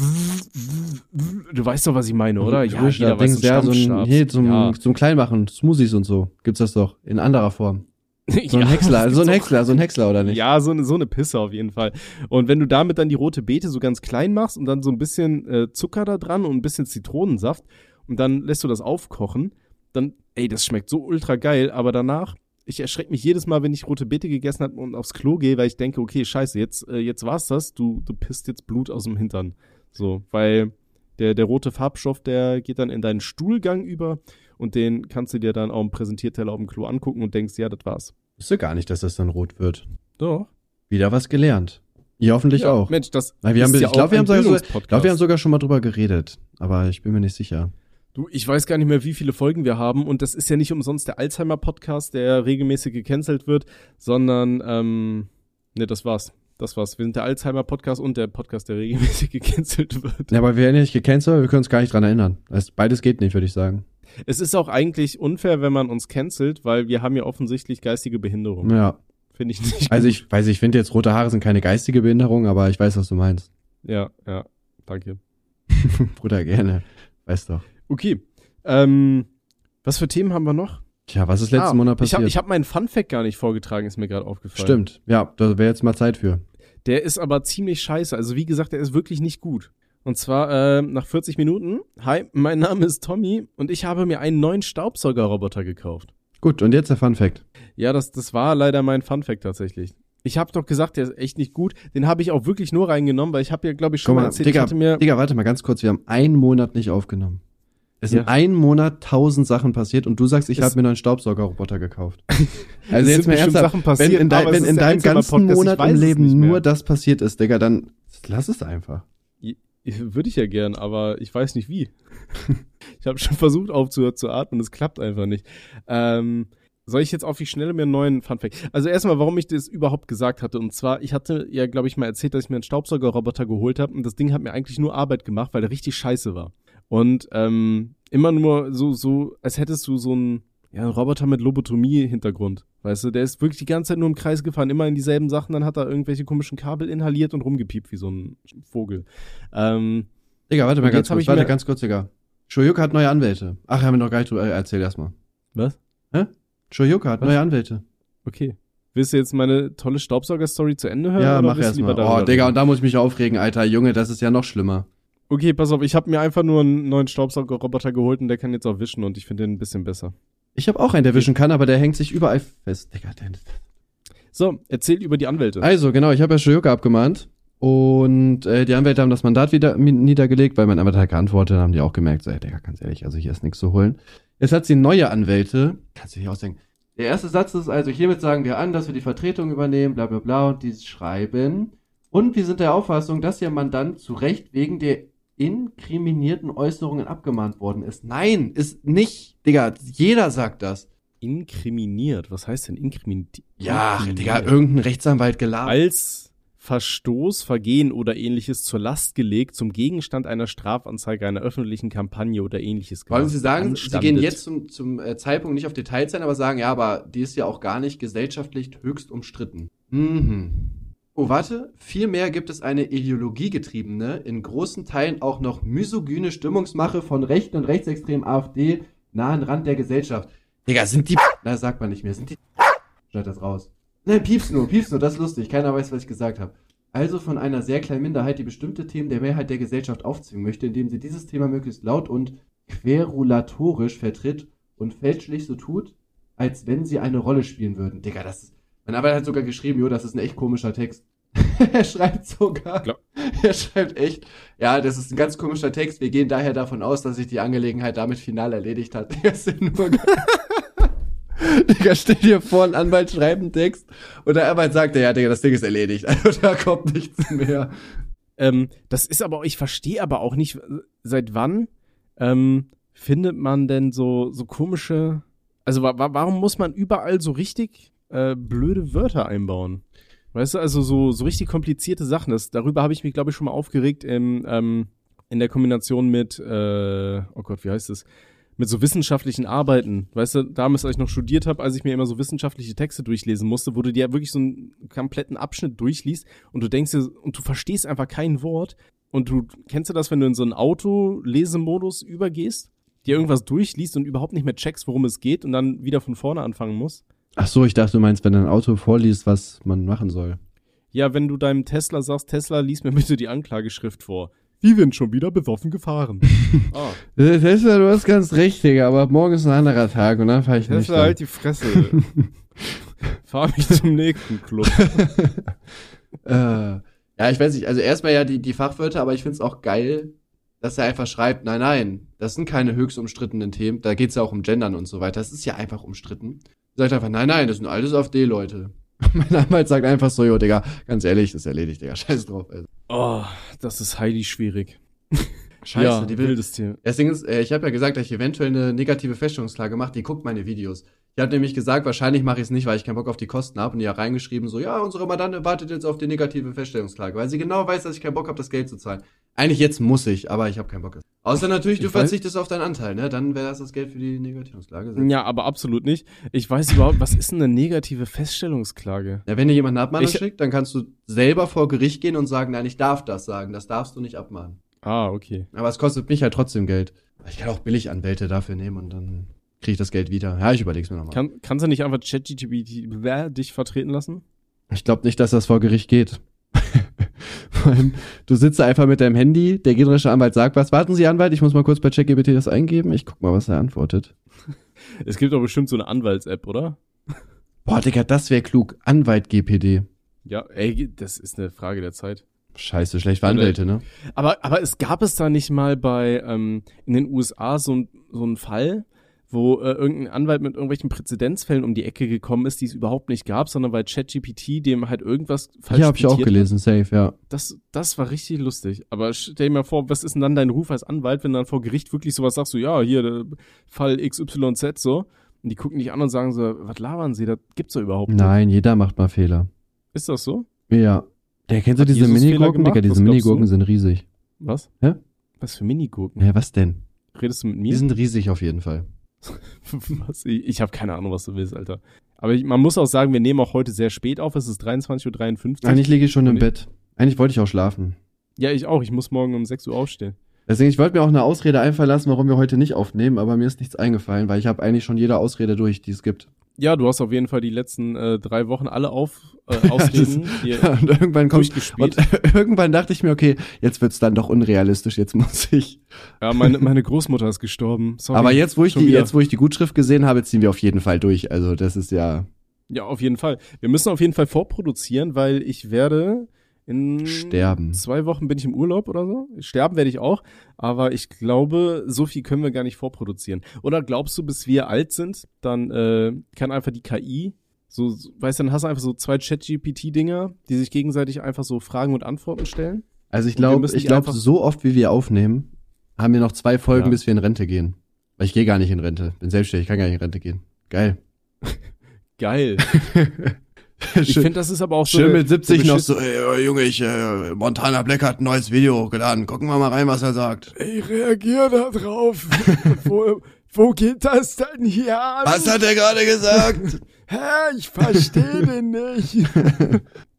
Du weißt doch, was ich meine, oder?
Ja, ja,
weiß,
Dings, ja, so ein,
Stampfstab.
hier zum,
Ja.
zum Kleinmachen, Smoothies und so, gibt's das doch, in anderer Form. [laughs] So ein
Ja, [laughs]
Häcksler,
das
so ein
gibt's auch
Häcksler, so ein Häcksler, oder nicht?
Ja, so eine, so eine Pisse auf jeden Fall. Und wenn du damit dann die rote Beete so ganz klein machst und dann so ein bisschen äh, Zucker da dran und ein bisschen Zitronensaft und dann lässt du das aufkochen, dann, ey, das schmeckt so ultra geil, aber danach, ich erschrecke mich jedes Mal, wenn ich rote Beete gegessen habe und aufs Klo gehe, weil ich denke, okay, scheiße, jetzt, äh, jetzt war's das, du, du pisst jetzt Blut aus dem Hintern. So, weil der, der rote Farbstoff, der geht dann in deinen Stuhlgang über und den kannst du dir dann auf dem Präsentierteller auf dem Klo angucken und denkst, ja, das war's.
Wusste gar nicht, dass das dann rot wird.
Doch.
Wieder was gelernt. Ihr hoffentlich
Ja,
auch.
Mensch, das
Weil wir
ist
haben,
ja
ich glaube, wir,
auch
haben sogar
ein
so, ich
Bildungspodcast.
glaub, wir haben sogar schon mal drüber geredet, aber ich bin mir nicht sicher.
Du, ich weiß gar nicht mehr, wie viele Folgen wir haben und das ist ja nicht umsonst der Alzheimer-Podcast, der regelmäßig gecancelt wird, sondern, ähm, ne, das war's. Das war's. Wir sind der Alzheimer-Podcast und der Podcast, der regelmäßig [laughs] gecancelt wird.
Ja, aber wir werden nicht gecancelt, wir können uns gar nicht dran erinnern. Das, beides geht nicht, würde ich sagen.
Es ist auch eigentlich unfair, wenn man uns cancelt, weil wir haben ja offensichtlich geistige Behinderung.
Ja.
Finde ich nicht
Also
gut.
ich weiß, ich finde jetzt rote Haare sind keine geistige Behinderung, aber ich weiß, was du meinst.
Ja, ja. Danke.
Bruder, gerne. Weiß doch.
Okay. Ähm, was für Themen haben wir noch?
Tja, was ist letzten
Ah,
Monat
Ich habe
passiert?
ich hab meinen Funfact gar nicht vorgetragen, ist mir gerade aufgefallen.
Stimmt. Ja, da wäre jetzt mal Zeit für.
Der ist aber ziemlich scheiße. Also wie gesagt, der ist wirklich nicht gut. Und zwar ähm, nach 40 Minuten. Hi, mein Name ist Tommy und ich habe mir einen neuen Staubsaugerroboter gekauft.
Gut, und jetzt der Fun Fact.
Ja, das, das war leider mein Funfact tatsächlich. Ich habe doch gesagt, der ist echt nicht gut. Den habe ich auch wirklich nur reingenommen, weil ich habe ja, glaube ich, schon
Guck
mal
mal,
erzählt, ich
Digga,
hatte mir
Digga, warte mal ganz kurz, wir haben einen Monat nicht aufgenommen. Es sind
Ja.
einen Monat tausend Sachen passiert und du sagst, ich
Es-
habe mir einen Saugerroboter gekauft.
[laughs] Es
Also
sind
jetzt mal
bestimmt
ernsthaft,
Sachen passiert,
wenn in, dein,
aber es
wenn
ist
in
der
deinem
einzige
ganzen
Podcast, ich
Monat
weiß
im
es nicht
Leben
mehr.
nur das passiert ist, Digga, dann lass es einfach.
Würde ich ja gern, aber ich weiß nicht wie. ich habe schon versucht aufzuhören zu atmen, es klappt einfach nicht. Ähm, soll ich jetzt auf die Schnelle mir einen neuen Funfact? Also erstmal, warum ich das überhaupt gesagt hatte. Und zwar, ich hatte ja, glaube ich, mal erzählt, dass ich mir einen Staubsaugerroboter geholt habe und das Ding hat mir eigentlich nur Arbeit gemacht, weil der richtig scheiße war. Und ähm, immer nur so, so, als hättest du so einen, ja, einen Roboter mit Lobotomie-Hintergrund. Weißt du, der ist wirklich die ganze Zeit nur im Kreis gefahren, immer in dieselben Sachen, dann hat er irgendwelche komischen Kabel inhaliert und rumgepiept wie so ein Vogel. Ähm,
Digga, warte mal
Und jetzt
ganz
hab
kurz,
ich
warte
mir-
ganz kurz, Digga. Shoyuka hat neue Anwälte. Ach, haben wir noch gar nicht drüber, erzähl erstmal.
Was?
Hä? Shoyuka hat
Was?
neue Anwälte.
Okay. Willst du jetzt meine tolle Staubsauger-Story zu Ende hören?
Ja,
oder
mach
willst du
erstmal.
lieber
Oh,
darüber
Digga, und
reden?
da muss ich mich aufregen, Alter. Junge, das ist ja noch schlimmer.
Okay, pass auf, ich habe mir einfach nur einen neuen Staubsaugerroboter geholt und der kann jetzt auch wischen und ich finde den ein bisschen besser.
Ich habe auch einen, der wischen kann, aber der hängt sich überall fest. Digga, der,
So, erzähl über die Anwälte.
Also, genau, ich habe ja Shoyoka abgemahnt. Und äh, die Anwälte haben das Mandat wieder mi- niedergelegt, weil mein Anwalt hat geantwortet, haben die auch gemerkt, so, ey, Digga, ganz ehrlich, also hier ist nichts zu holen. Jetzt hat sie neue Anwälte. Kannst du dir ausdenken. Der erste Satz ist also, hiermit sagen wir an, dass wir die Vertretung übernehmen, bla bla bla, und die schreiben. Und wir sind der Auffassung, dass ihr Mandant zu Recht wegen der inkriminierten Äußerungen abgemahnt worden ist. Nein, ist nicht. Digga, jeder sagt das.
Inkriminiert. Was heißt denn inkriminiert?
Ja, Digga, irgendein Rechtsanwalt gelabert.
Als Verstoß, Vergehen oder ähnliches zur Last gelegt, zum Gegenstand einer Strafanzeige, einer öffentlichen Kampagne oder ähnliches.
Wollen
gemacht.
Sie sagen, Sie
genau Anstandet.
gehen jetzt zum, zum äh, Zeitpunkt nicht auf Details ein, aber sagen, ja, aber die ist ja auch gar nicht gesellschaftlich höchst umstritten. Mhm. Oh, warte. Vielmehr gibt es eine ideologiegetriebene, in großen Teilen auch noch misogyne Stimmungsmache von rechten und rechtsextremen AfD nahen Rand der Gesellschaft. Digga, sind die... Na, sagt man nicht mehr. Sind die... [laughs] Schneid das raus. Nein, pieps nur, pieps nur, das ist lustig. Keiner weiß, was ich gesagt habe. Also von einer sehr kleinen Minderheit, die bestimmte Themen der Mehrheit der Gesellschaft aufzwingen möchte, indem sie dieses Thema möglichst laut und querulatorisch vertritt und fälschlich so tut, als wenn sie eine Rolle spielen würden. Digga, das ist. Mein Arbeit hat sogar geschrieben, jo, das ist ein echt komischer Text. [laughs] er schreibt sogar.
Glaub-
Er schreibt echt. Ja, das ist ein ganz komischer Text. Wir gehen daher davon aus, dass sich die Angelegenheit damit final erledigt hat. [laughs] Digga, ist ja nur. Digga, stell dir vor, ein Anwalt schreibt einen Text und der Anwalt sagt, ja, Digga, das Ding ist erledigt. [laughs] Also da kommt nichts mehr.
Ähm, das ist aber, ich verstehe aber auch nicht, seit wann ähm, findet man denn so, so komische, also wa wa warum muss man überall so richtig äh, blöde Wörter einbauen. Weißt du, also so, so richtig komplizierte Sachen. Das, darüber habe ich mich, glaube ich, schon mal aufgeregt im, ähm, in der Kombination mit, äh, oh Gott, wie heißt es? Mit so wissenschaftlichen Arbeiten. Weißt du, damals, als ich noch studiert habe, als ich mir immer so wissenschaftliche Texte durchlesen musste, wo du dir wirklich so einen kompletten Abschnitt durchliest und du denkst dir, und du verstehst einfach kein Wort. Und du kennst du das, wenn du in so einen Auto-Lesemodus übergehst, dir irgendwas durchliest und überhaupt nicht mehr checkst, worum es geht und dann wieder von vorne anfangen musst?
Ach so, ich dachte, du meinst, wenn dein Auto vorliest, was man machen soll.
Ja, wenn du deinem Tesla sagst, Tesla, lies mir bitte die Anklageschrift vor. Wir sind schon wieder besoffen [laughs] gefahren. Ah,
Äh, Tesla, du hast ganz recht, Digga, aber morgen ist ein anderer Tag und dann fahre ich nicht.
Tesla,
Halt
halt die Fresse. [laughs] Fahr mich zum nächsten Club.
äh, ja, ich weiß nicht, also erstmal ja die, die Fachwörter, aber ich find's auch geil, dass er einfach schreibt, nein, nein, das sind keine höchst umstrittenen Themen, da geht's ja auch um Gendern und so weiter, das ist ja einfach umstritten. Sagt einfach, nein, nein, das sind alles AfD-Leute. [laughs] Mein Anwalt sagt einfach so, jo, Digga, ganz ehrlich, das ist erledigt, Digga, scheiß drauf. Also.
Oh, das ist heilig schwierig.
Scheiße,
ja,
die will,
wildes Thema.
Das Ding ist, äh, ich habe ja gesagt, dass ich eventuell eine negative Feststellungsklage mache, die guckt meine Videos. Ich habe nämlich gesagt, wahrscheinlich mache ich es nicht, weil ich keinen Bock auf die Kosten habe und die hat reingeschrieben, so, ja, unsere Mandante wartet jetzt auf die negative Feststellungsklage, weil sie genau weiß, dass ich keinen Bock habe, das Geld zu zahlen. Eigentlich jetzt muss ich, aber ich habe keinen Bock. Außer natürlich, du
Ich weiß-
verzichtest auf deinen Anteil, ne? Dann wäre das das Geld für die Negativungsklage.
Ja, aber absolut nicht. Ich weiß überhaupt, was ist denn eine negative Feststellungsklage?
Ja, wenn dir jemand eine Abmahnung
Ich-
schickt, dann kannst du selber vor Gericht gehen und sagen, nein, ich darf das sagen, das darfst du nicht abmahnen.
Ah, okay.
Aber es kostet mich halt trotzdem Geld. Ich kann auch billig Anwälte dafür nehmen und dann kriege ich das Geld wieder. Ja, ich überleg's mir nochmal.
Kann, kannst du nicht einfach ChatGPT dich vertreten lassen?
Ich glaube nicht, dass das vor Gericht geht. [laughs] Vor allem, du sitzt da einfach mit deinem Handy, der generische Anwalt sagt was. Warten Sie, Anwalt, ich muss mal kurz bei ChatGPT das eingeben. Ich guck mal, was er antwortet.
Es gibt doch bestimmt so eine Anwalts-App, oder?
Boah, Digga, das wäre klug. Anwalt GPD.
Ja, ey, das ist eine Frage der Zeit.
Scheiße, schlecht für Anwälte, ne?
Aber, aber es gab es da nicht mal bei ähm, in den USA so, ein, so einen Fall, wo äh, irgendein Anwalt mit irgendwelchen Präzedenzfällen um die Ecke gekommen ist, die es überhaupt nicht gab, sondern weil ChatGPT dem halt irgendwas falsch
Hier habe ich auch
zitiert ne? hat?
gelesen, safe, ja.
Das, das war richtig lustig. Aber stell dir mal vor, was ist denn dann dein Ruf als Anwalt, wenn du dann vor Gericht wirklich sowas sagst, so ja, hier, der Fall XYZ so. Und die gucken dich an und sagen so, was labern sie, das gibt's doch überhaupt nicht.
Nein, jeder macht mal Fehler.
Ist das so?
Ja. Der kennst du
Hat
diese
Jesus Fehler
Minigurken?
gemacht?
Digga, diese
Was glaubst
Minigurken
du?
sind riesig.
Was?
Hä?
Was für Minigurken?
Ja, was denn?
Redest du mit
Die
mir?
sind riesig auf jeden Fall.
[laughs] was? Ich, ich habe keine Ahnung, was du willst, Alter. Aber ich, man muss auch sagen, wir nehmen auch heute sehr spät auf. Es ist 23.53 Uhr.
Eigentlich liege ich schon im
Nee.
Bett. Eigentlich wollte ich auch schlafen.
Ja, ich auch. Ich muss morgen um 6 Uhr aufstehen.
Deswegen, ich wollte mir auch eine Ausrede einfallen lassen, warum wir heute nicht aufnehmen, aber mir ist nichts eingefallen, weil ich habe eigentlich schon jede Ausrede durch, die es gibt.
Ja, du hast auf jeden Fall die letzten äh, drei Wochen alle auf,
[laughs]
äh, Ausreden dir
und irgendwann kommt
durchgespielt.
und [laughs] irgendwann dachte ich mir, okay, jetzt wird's dann doch unrealistisch, jetzt muss ich.
Ja, meine, meine Großmutter ist gestorben. Sorry.
aber jetzt, wo ich
schon
die
wieder.
jetzt, wo ich die Gutschrift gesehen habe, ziehen wir auf jeden Fall durch. Also, das ist ja
Ja, auf jeden Fall. Wir müssen auf jeden Fall vorproduzieren, weil ich werde in
sterben.
zwei Wochen bin ich im Urlaub oder so. Sterben werde ich auch. Aber ich glaube, so viel können wir gar nicht vorproduzieren. Oder glaubst du, bis wir alt sind, dann äh, kann einfach die KI so, so- weißt du, dann hast du einfach so zwei Chat-GPT-Dinger, die sich gegenseitig einfach so Fragen und Antworten stellen.
Also, ich
und wir
glaube,
müssen
ich
die
glaube,
einfach-
so oft wie wir aufnehmen, haben wir noch zwei Folgen,
Ja.
bis wir in Rente gehen. Weil ich gehe gar nicht in Rente. Bin selbstständig, kann gar nicht in Rente gehen. Geil. [laughs]
Geil. Ich
Schön-
finde, das ist aber auch so.
Schön
eine-
mit 70
eine
noch so, ey, Junge, ich, äh, Montana Black hat ein neues Video hochgeladen. Gucken wir mal rein, was er sagt.
Ich reagiere da drauf. [laughs] wo, wo geht das denn hier an?
Was hat er gerade
[laughs]
gesagt?
Hä, ich
[laughs]
verstehe den nicht.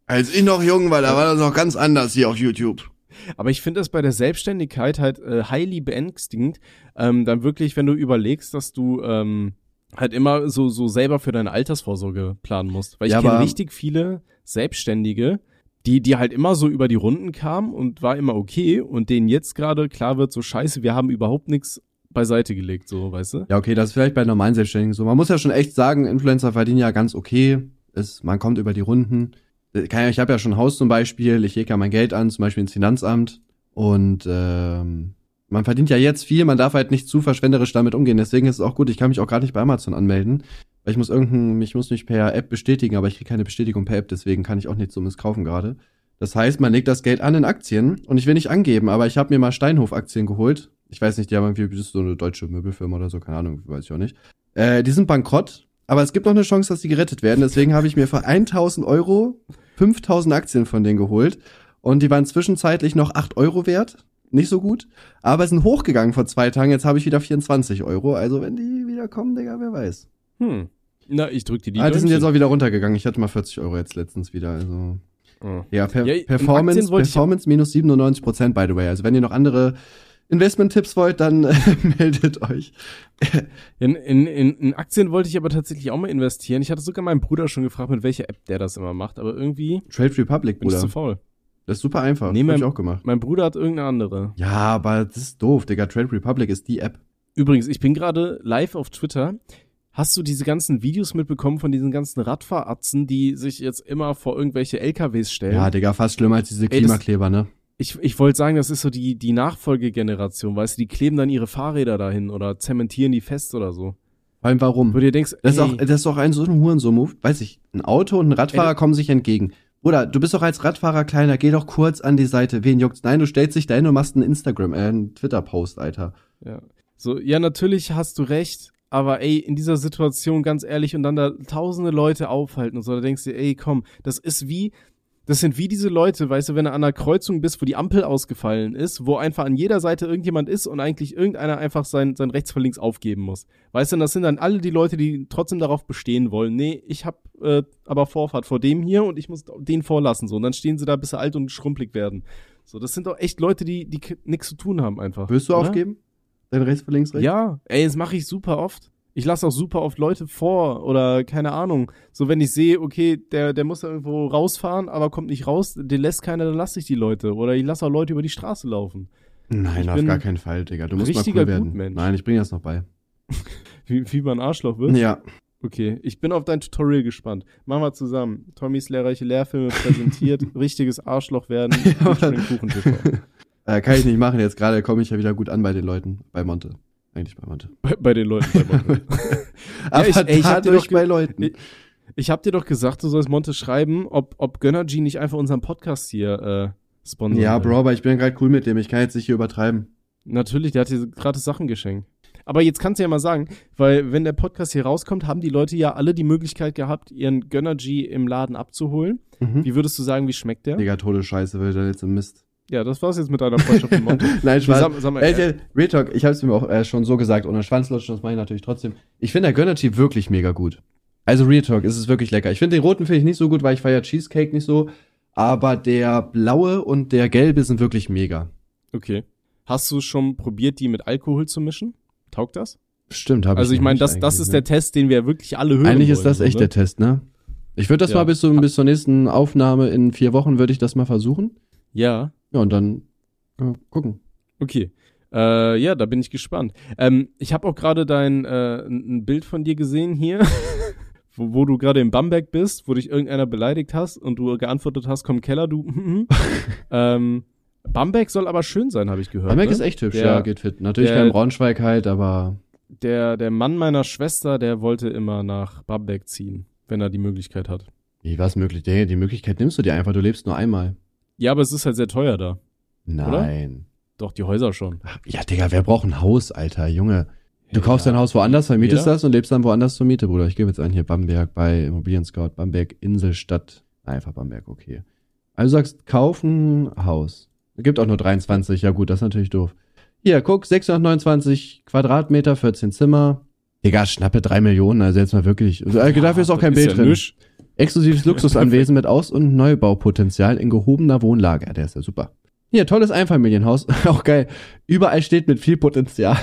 Als ich noch jung war, da war das noch ganz anders hier auf YouTube.
Aber ich finde das bei der Selbstständigkeit halt äh, highly beängstigend. Ähm, dann wirklich, wenn du überlegst, dass du ähm, halt immer so, so selber für deine Altersvorsorge planen musst. Weil ich
Ja,
kenne
aber-
richtig viele Selbstständige, die, die halt immer so über die Runden kamen und war immer okay und denen jetzt gerade klar wird, so scheiße, wir haben überhaupt nichts beiseite gelegt, so, weißt du?
Ja, okay, das ist vielleicht bei normalen Selbstständigen so. Man muss ja schon echt sagen, Influencer verdienen ja ganz okay. Ist, man kommt über die Runden. Äh, kann ja- Ich habe ja schon ein Haus zum Beispiel, ich hege ja mein Geld an, zum Beispiel ins Finanzamt. Und ähm, man verdient ja jetzt viel, man darf halt nicht zu verschwenderisch damit umgehen. Deswegen ist es auch gut, ich kann mich auch gerade nicht bei Amazon anmelden. Weil ich muss irgendein, ich muss mich per App bestätigen, aber ich kriege keine Bestätigung per App, deswegen kann ich auch nichts Dummes kaufen gerade. Das heißt, man legt das Geld an in Aktien und ich will nicht angeben, aber ich habe mir mal Steinhof-Aktien geholt. Ich weiß nicht, die haben irgendwie das ist so eine deutsche Möbelfirma oder so, keine Ahnung, weiß ich auch nicht. Äh, die sind bankrott Aber es gibt noch eine Chance, dass die gerettet werden. Deswegen habe ich mir für 1000 Euro 5000 Aktien von denen geholt. Und die waren zwischenzeitlich noch 8 Euro wert. Nicht so gut. Aber sind hochgegangen vor zwei Tagen. Jetzt habe ich wieder 24 Euro. Also wenn die wieder kommen, Digga, wer weiß.
Hm. Na, ich drück dir die
ah, die sind jetzt
Däumchen.
auch wieder runtergegangen. Ich hatte mal 40 Euro jetzt letztens wieder. Also.
Oh.
Ja, per
Ja, in
Performance,
Aktien wollte ich-
Performance minus 97 Prozent, by the way. Also wenn ihr noch andere Investment-Tipps wollt, dann [laughs] äh, meldet euch.
In, in, in, in Aktien wollte ich aber tatsächlich auch mal investieren. Ich hatte sogar meinen Bruder schon gefragt, mit welcher App der das immer macht, aber irgendwie
Trade Republic,
bin ich
Bruder.
zu faul.
Das ist super einfach. Nee,
Nee,
Hab
mein-
ich auch gemacht.
Mein Bruder hat irgendeine andere.
Ja, aber das ist doof, Digga. Trade Republic ist die App.
Übrigens, ich bin gerade live auf Twitter. Hast du diese ganzen Videos mitbekommen von diesen ganzen Radfahratzen, die sich jetzt immer vor irgendwelche LKWs stellen?
Ja, Digga, fast schlimmer als diese
das-
Klimakleber, ne?
Ich, ich wollte sagen, das ist so die, die Nachfolgegeneration, weißt du, die kleben dann ihre Fahrräder dahin oder zementieren die fest oder so.
Vor allem
Wo
warum?
du dir denkst,
Das ist
ey,
auch, das ist auch ein so ein Hurensohn-Move. Weiß ich, ein Auto und ein Radfahrer
Ey,
kommen sich entgegen. Oder du bist doch als Radfahrer kleiner, geh doch kurz an die Seite. Wen juckt's? Nein, du stellst dich dahin und machst einen Instagram, äh, einen Twitter-Post, Alter.
Ja. So, ja, natürlich hast du recht, aber ey, in dieser Situation ganz ehrlich und dann da tausende Leute aufhalten und so, da denkst du, dir, ey, komm, das ist wie, das sind wie diese Leute, weißt du, wenn du an einer Kreuzung bist, wo die Ampel ausgefallen ist, wo einfach an jeder Seite irgendjemand ist und eigentlich irgendeiner einfach sein, sein Rechts vor links aufgeben muss. Weißt du, und das sind dann alle die Leute, die trotzdem darauf bestehen wollen. Nee, ich hab äh, aber Vorfahrt vor dem hier und ich muss den vorlassen. So, und dann stehen sie da, bis sie alt und schrumpelig werden. So, das sind doch echt Leute, die, die nichts zu tun haben einfach.
Willst du
oder?
aufgeben? Dein rechts, vor links, rechts?
Ja, ey, das mache ich super oft. Ich lasse auch super oft Leute vor oder keine Ahnung. So, wenn ich sehe, okay, der, der muss da irgendwo rausfahren, aber kommt nicht raus, den lässt keiner, dann lasse ich die Leute. Oder ich lasse auch Leute über die Straße laufen.
Nein,
Ich
auf
bin
gar keinen Fall, Digga. Du musst mal
richtiger
cool werden.
Gutmensch.
Nein, ich bringe das noch bei.
Wie, wie man Arschloch wird.
Ja.
Okay, ich bin auf dein Tutorial gespannt. Machen wir zusammen. Tommys lehrreiche Lehrfilme präsentiert.
[laughs]
richtiges Arschloch werden.
Ja,
Für den Kuchentisch auf.
Äh, kann ich nicht machen. Jetzt gerade komme ich ja wieder gut an bei den Leuten. Bei Monte. Eigentlich bei Monte.
bei, bei den Leuten. Bei Monte.
Aber
ich- ey, ich hatte
dadurch
doch ge-
bei Leuten.
Ich- Ich hab dir doch gesagt, du sollst Monte schreiben, ob, ob Gönnergy nicht einfach unseren Podcast hier äh, sponsern
ja,
will.
Bro, aber ich bin gerade cool mit dem. Ich kann jetzt nicht hier übertreiben.
Natürlich, der hat dir gratis Sachen geschenkt. Aber jetzt kannst du ja mal sagen, weil wenn der Podcast hier rauskommt, haben die Leute ja alle die Möglichkeit gehabt, ihren Gönnergy im Laden abzuholen.
Mhm.
Wie würdest du sagen, wie schmeckt der?
Digga, tote Scheiße, will der letzte
[laughs]
Mist.
Ja, das war's jetzt mit deiner Freundschaft
[laughs]
mit Monte.
Nein,
Nee,
Spaß.
sag, sag mal,
Ey,
äh,
der- Real Talk, ich hab's mir auch äh, schon so gesagt, ohne Schwanzlutschen, das mache ich natürlich trotzdem. Ich finde der Gönnerchi wirklich mega gut. Also Real Talk, es ist wirklich lecker. Ich finde den roten finde ich nicht so gut, weil ich feier Cheesecake nicht so. Aber der blaue und der gelbe sind wirklich mega.
okay. Hast du schon probiert, die mit Alkohol zu mischen? Taugt das?
Stimmt, habe ich.
also ich
noch
meine,
nicht
das, das
eigentlich,
ist
ne?
der Test, den wir wirklich alle hören
Eigentlich ist
wollen,
das echt
so,
der
ne?
Test, ne? Ich würde das
Ja.
mal bis, zum, bis zur nächsten Aufnahme in vier Wochen, würde ich das mal versuchen.
Ja.
Ja, und dann äh, gucken.
Okay. Äh, ja, da bin ich gespannt. Ähm, ich habe auch gerade dein äh, n- ein Bild von dir gesehen hier, [laughs] wo, wo du gerade in Bamberg bist, wo dich irgendeiner beleidigt hast und du geantwortet hast, komm Keller,
[laughs]
du. hm, ähm, Bamberg soll aber schön sein, habe ich gehört.
Bamberg
ne?
ist echt hübsch,
Der-
ja, geht fit. Natürlich
der-
kein Braunschweig halt, aber
der, der Mann meiner Schwester, der wollte immer nach Bamberg ziehen, wenn er die Möglichkeit hat.
wie war's möglich? Die, die Möglichkeit nimmst du dir einfach, du lebst nur einmal.
Ja, aber es ist halt sehr teuer da.
Nein.
Doch, die Häuser schon.
Ach, Ja, Digga, wer braucht ein Haus, Alter, Junge? Du
Ja.
kaufst dein Haus woanders, vermietest
Jeder?
das und lebst dann woanders zur Miete, Bruder. Ich gebe jetzt einen hier Bamberg bei Immobilien Scout, Bamberg, Inselstadt. Nein, Einfach Bamberg, okay. Also du sagst, kaufen, Haus. Gibt auch nur 23, ja gut, das ist natürlich doof. Hier, guck, 629 Quadratmeter, 14 Zimmer. Digga, schnappe 3 Millionen, also jetzt mal wirklich. Also, äh, dafür ist auch
Ah, das
kein Bild
ja
drin.
nüscht.
Exklusives Luxusanwesen mit Aus- und Neubaupotenzial in gehobener Wohnlage. Ja, Der ist ja super. Hier, tolles Einfamilienhaus. [laughs] Auch geil. Überall steht mit viel Potenzial.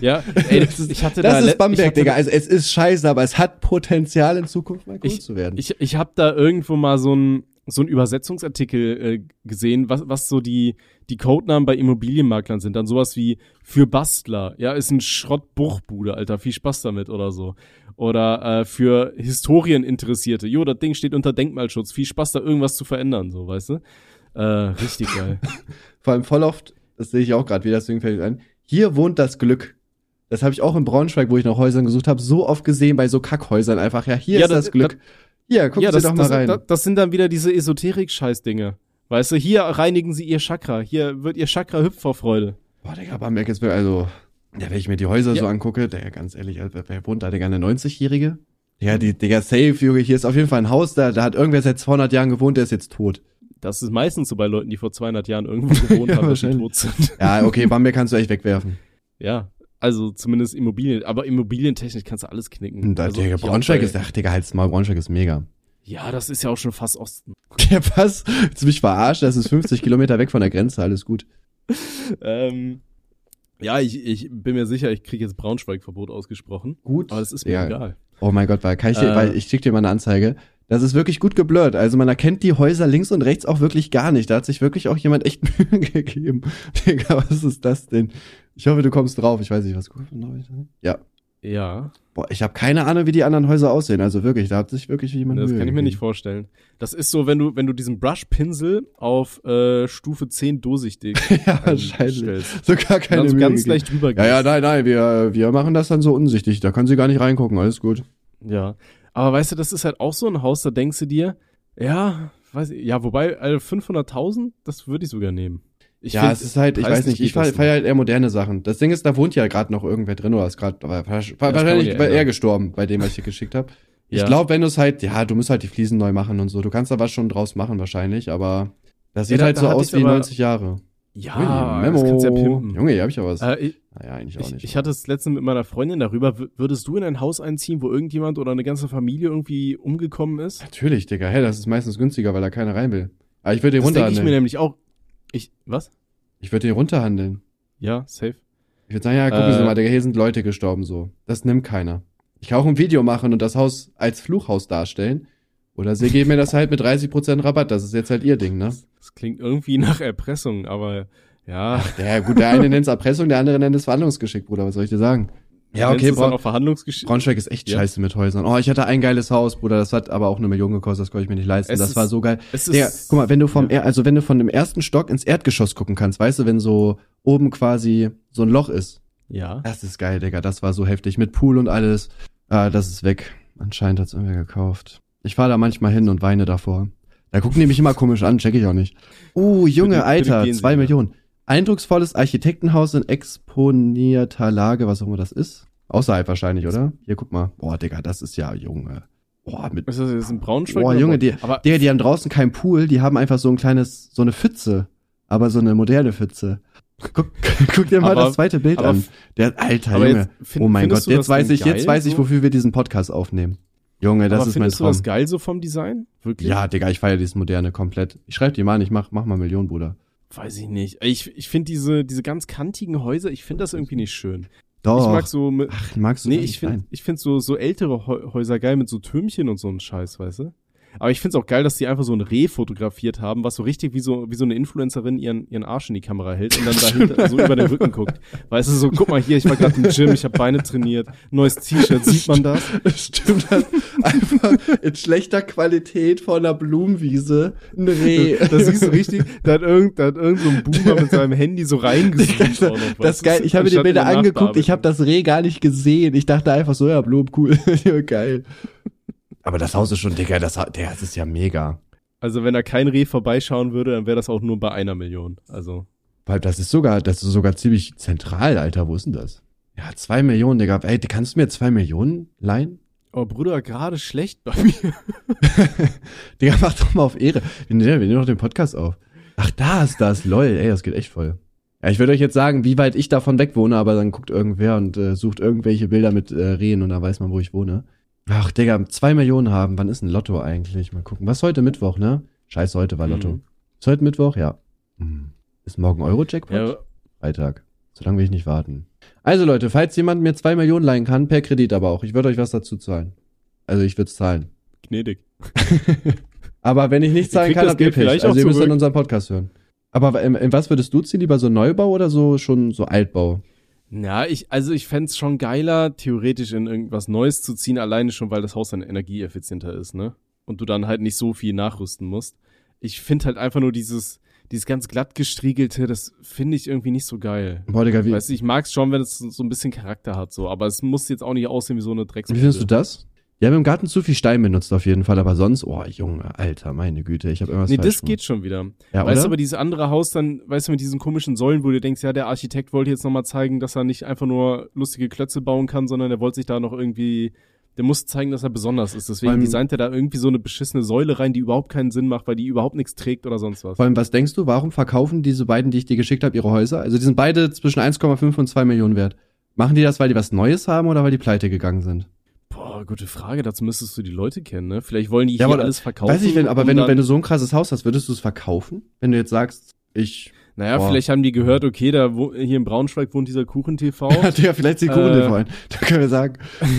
Ja, ey,
Das ist-
ich hatte da
Das
le-
ist
ich
Bamberg,
hatte
Digga. Also es ist scheiße, aber es hat Potenzial in Zukunft mal cool
Ich-
zu werden.
Ich, ich habe da irgendwo mal so einen so einen Übersetzungsartikel äh, gesehen, was, was so die, die Codenamen bei Immobilienmaklern sind. Dann sowas wie für Bastler, ja, ist ein Schrottbuchbude, Alter, viel Spaß damit oder so. Oder äh, für Historieninteressierte, jo, das Ding steht unter Denkmalschutz, viel Spaß da irgendwas zu verändern, so, weißt du? Äh,
[laughs]
richtig geil.
Vor allem voll oft, das sehe ich auch gerade wieder, deswegen fällt es ein. Hier wohnt das Glück. Das habe ich auch in Braunschweig, wo ich nach Häusern gesucht habe, so oft gesehen bei so Kackhäusern einfach. Ja, hier
Ja,
ist das,
das-
Glück. hier, gucken Sie doch mal
das,
rein.
Das, das sind dann wieder diese Esoterik-Scheiß-Dinge. Weißt du, hier reinigen sie ihr Chakra, hier wird ihr Chakra hüpf vor Freude.
Boah, Digga, Bamberg ist wirklich, also, Ja, wenn ich mir die Häuser
Ja.
so angucke, der ganz ehrlich, äh, wer wohnt da, Digga, eine 90-Jährige? Ja, die, Digga, safe, Junge, hier ist auf jeden Fall ein Haus, da, da hat irgendwer seit 200 Jahren gewohnt, der ist jetzt tot.
Das ist meistens so bei Leuten, die vor 200 Jahren
[laughs]
irgendwo gewohnt
Ja,
haben, dass sie
wahrscheinlich.
tot sind. [laughs]
Ja, okay, [laughs] Bamberg kannst du echt wegwerfen.
Ja, also zumindest Immobilien. Aber immobilientechnisch kannst du alles knicken.
Und Hm, Da,
also,
Digga,
ich auch
Braunschweig
bei-
ist, ach, Digga, halt's mal, Braunschweig ist [laughs] mega.
Ja, das ist ja auch schon fast Osten. [laughs]
Der Pass, willst du mich verarschen, das ist 50 Kilometer weg von der Grenze, alles gut.
Ähm, ja, ich, ich bin mir sicher, ich kriege jetzt Braunschweig-Verbot ausgesprochen.
Gut.
Aber das ist mir
Ja.
egal.
Oh mein Gott, weil, kann ich dir,
Äh.
weil ich schick dir mal eine Anzeige. Das ist wirklich gut geblurrt. Also man erkennt die Häuser links und rechts auch wirklich gar nicht. Da hat sich wirklich auch jemand echt [laughs] Mühe gegeben. Digga, was ist das denn? Ich hoffe, du kommst drauf. Ich weiß nicht, was gut Ja.
Ja,
Boah, ich habe keine Ahnung, wie die anderen Häuser aussehen. Also wirklich, da hat sich wirklich jemand
das
Mühe
kann ich mir
gegeben.
nicht vorstellen. Das ist so, wenn du, wenn du diesen Brushpinsel auf äh, Stufe 10 durchsichtig
[laughs] Ja, wahrscheinlich.
stellst.
Sogar
Keine
keine
dann so
Mühe
ganz
gegeben.
leicht drüber
Ja, ja, nein, nein, wir, wir machen das dann so unsichtig. Da können sie gar nicht reingucken. Alles gut.
Ja. Aber weißt du, das ist halt auch so ein Haus, da denkst du dir, ja, weiß ich, ja, wobei, also 500.000, das würde ich sogar nehmen. Ich
ja,
find,
es ist halt, ich
preislich
weiß nicht,
geht
ich fe-
das
feier halt eher moderne Sachen. Das Ding ist, da wohnt ja gerade noch irgendwer drin oder ist gerade wahrscheinlich
kann man ja
wahrscheinlich war er
ändern.
gestorben bei dem, was ich dir geschickt habe. Ich
[laughs] Ja.
glaube, wenn du es halt, ja, du musst halt die Fliesen neu machen und so. Du kannst da was schon draus machen wahrscheinlich, aber das
Ja,
sieht
da-
halt
da
so
hatte
aus
ich
wie
aber-
90 Jahre.
ja,
Ui,
das kannst du ja pimpen.
Junge, hier hab ich ja was.
Äh, ich,
naja, eigentlich auch
ich,
nicht.
ich hatte es letztens mit meiner Freundin darüber, W- würdest du in ein Haus einziehen, wo irgendjemand oder eine ganze Familie irgendwie umgekommen ist?
Natürlich, Digga. Hä, das ist meistens günstiger, weil da keiner rein will. Aber ich würde den
Das denke ich mir
runterhandeln.
nämlich auch. Ich, was?
Ich, würde den runterhandeln.
Ja, safe.
Ich würde sagen, ja, gucken
Äh.
Sie mal, Digga, hier sind Leute gestorben so. Das nimmt keiner. Ich kann auch ein Video machen und das Haus als Fluchhaus darstellen. Oder sie geben mir das halt mit 30% Rabatt. Das ist jetzt halt ihr Ding, ne?
Das, das klingt irgendwie [laughs] nach Erpressung, aber ja.
Ja, gut, der eine nennt es Erpressung, der andere nennt es Verhandlungsgeschick, Bruder. Was soll ich dir sagen? Ja,
Nennst
okay,
du es dann
Bra
auch Verhandlungsgeschichte.
Braunschweig ist echt
Ja.
scheiße mit Häusern. Oh, ich hatte ein geiles Haus, Bruder. Das hat aber auch eine Million gekostet. Das konnte ich mir nicht leisten.
Es
das
ist-
war so geil.
Es
Digga, guck mal, wenn du vom, er also wenn du von dem ersten Stock ins Erdgeschoss gucken kannst, weißt du, wenn so oben quasi so ein Loch ist,
ja.
Das ist geil, Digga. Das war so heftig. Mit Pool und alles. Ah, das ist weg. Anscheinend hat's irgendwer gekauft. Ich fahre da manchmal hin und weine davor. Da gucken die mich immer komisch an, check ich auch nicht. Uh, Junge,
Bitte- bitte
Alter,
gehen Sie
zwei
wieder.
Millionen. Eindrucksvolles Architektenhaus in exponierter Lage, was auch immer das ist. Außerhalb wahrscheinlich, oder? Hier, guck mal. Boah, Digga, das ist ja, Junge. Boah, mit
Ist das jetzt in Braunschweig?
Boah,
oder
Junge,
wo? aber
Digga, die haben draußen keinen Pool, die haben einfach so ein kleines, so eine Pfütze. Aber so eine moderne Pfütze. Guck, [laughs] guck dir mal
Aber-
das zweite Bild
aber
an. Der, alter
aber
Junge.
jetzt find-
oh mein
findest
Gott,
du
jetzt
das
weiß
denn
ich, jetzt
geil
weiß ich,
so?
wofür wir diesen Podcast aufnehmen. Junge, das
aber
ist mein
findest du
Traum.
das geil so vom Design? Wirklich?
Ja, Digga, ich feiere dieses Moderne komplett. Ich schreib dir mal an, ich mach, mach mal Millionen, Bruder.
Weiß ich nicht. Ich, ich finde diese, diese ganz kantigen Häuser, ich finde das irgendwie nicht schön.
Doch.
Ich mag so mit,
Ach, magst Oh. du
Nee,
gar
ich
nicht? Nein.
finde ich find so, so ältere Häu- Häuser geil mit so Türmchen und so einen Scheiß, weißt du? Aber ich finde es auch geil, dass die einfach so ein Reh fotografiert haben, was so richtig wie so, wie so eine Influencerin ihren, ihren Arsch in die Kamera hält und dann dahinter so über den Rücken guckt. Weißt du, so, guck mal hier, ich war gerade im Gym, ich habe Beine trainiert, neues T-Shirt, [laughs] sieht man das?
[laughs] Stimmt das? Einfach in schlechter Qualität vor einer Blumenwiese ein Reh.
Da siehst du richtig, da hat irgend, da hat irgend so ein Boomer mit seinem Handy so [laughs] reingezoomt.
Das,
auch noch,
das
weißt
geil,
du?
ich habe mir die
Anstatt
Bilder
in der
angeguckt, ich habe das Reh gar nicht gesehen. Ich dachte einfach so, ja, Blumen, cool, [laughs] ja, geil. Aber das Haus ist schon, Digga, das, Ha- der, das ist ja mega.
Also wenn da kein Reh vorbeischauen würde, dann wäre das auch nur bei einer Million. Also,
Weil das ist sogar, das ist sogar ziemlich zentral, Alter, wo ist denn das? Ja, zwei Millionen, Digga. Ey, die- kannst du mir zwei Millionen leihen?
oh Bruder, gerade schlecht bei mir.
Digga, mach doch mal auf Ehre. Wir nehmen, wir nehmen doch den Podcast auf. Ach, da ist das, lol, ey, das geht echt voll. Ja, ich würde euch jetzt sagen, wie weit ich davon weg wohne, aber dann guckt irgendwer und äh, sucht irgendwelche Bilder mit äh, Rehen und dann weiß man, wo ich wohne. Ach, Digga, zwei Millionen haben, wann ist ein Lotto eigentlich? Mal gucken. Was ist heute Mittwoch, ne? Scheiß, heute war Lotto.
Mhm.
Ist heute Mittwoch? Ja. Mhm. Ist morgen Euro-Jackpot?
Ja,
Freitag. So lange will ich nicht warten. Also Leute, falls jemand mir zwei Millionen leihen kann, per Kredit aber auch, ich würde euch was dazu zahlen. Also ich würde es zahlen.
gnädig.
Aber wenn ich nicht zahlen
krieg
kann,
das
habt ihr
Geld
Pech.
vielleicht
Also
auch
ihr müsst
zurück.
dann unseren Podcast hören. Aber in, in was würdest du ziehen? Lieber so Neubau oder so schon so Altbau?
Na, ich, also ich fänd's schon geiler, theoretisch in irgendwas Neues zu ziehen, alleine schon, weil das Haus dann energieeffizienter ist, ne? Und du dann halt nicht so viel nachrüsten musst. Ich find halt einfach nur dieses, dieses ganz glatt gestriegelte, das finde ich irgendwie nicht so geil.
Boah, Digga, wie,
Weißt du, ich mag's schon, wenn es so ein bisschen Charakter hat, so, aber es muss jetzt auch nicht aussehen wie so eine Drecks.
wie findest du das? Wir haben im Garten zu viel Stein benutzt auf jeden Fall, aber sonst, oh Junge, Alter, meine Güte, ich habe irgendwas
nee,
falsch
das geht schon wieder.
gemacht. Ja,
weißt du,
oder?
aber dieses andere Haus dann, weißt du, mit diesen komischen Säulen, wo du denkst, ja, der Architekt wollte jetzt nochmal zeigen, dass er nicht einfach nur lustige Klötze bauen kann, sondern er wollte sich da noch irgendwie, der muss zeigen, dass er besonders ist. Deswegen
Beim-
designt er da irgendwie so eine beschissene Säule rein, die überhaupt keinen Sinn macht, weil die überhaupt nichts trägt oder sonst was.
Vor allem, was denkst du, warum verkaufen diese beiden, die ich dir geschickt habe, ihre Häuser? Also die sind beide zwischen 1,5 und 2 Millionen wert. Machen die das, weil die was Neues haben oder weil die pleite gegangen sind?
Boah, gute Frage. Dazu müsstest du die Leute kennen, ne? Vielleicht wollen die
Ja,
hier
aber-
alles verkaufen.
Weiß ich, wenn, aber
um
wenn du,
dann-
wenn du so ein krasses Haus hast, würdest du es verkaufen? Wenn du jetzt sagst, ich. [laughs]
Naja,
Boah.
vielleicht haben die gehört, okay, da wo, hier in Braunschweig wohnt dieser [laughs] Kuchen-TV.
Digga, vielleicht die
Äh.
Kuchen äh, ein. Da können wir sagen,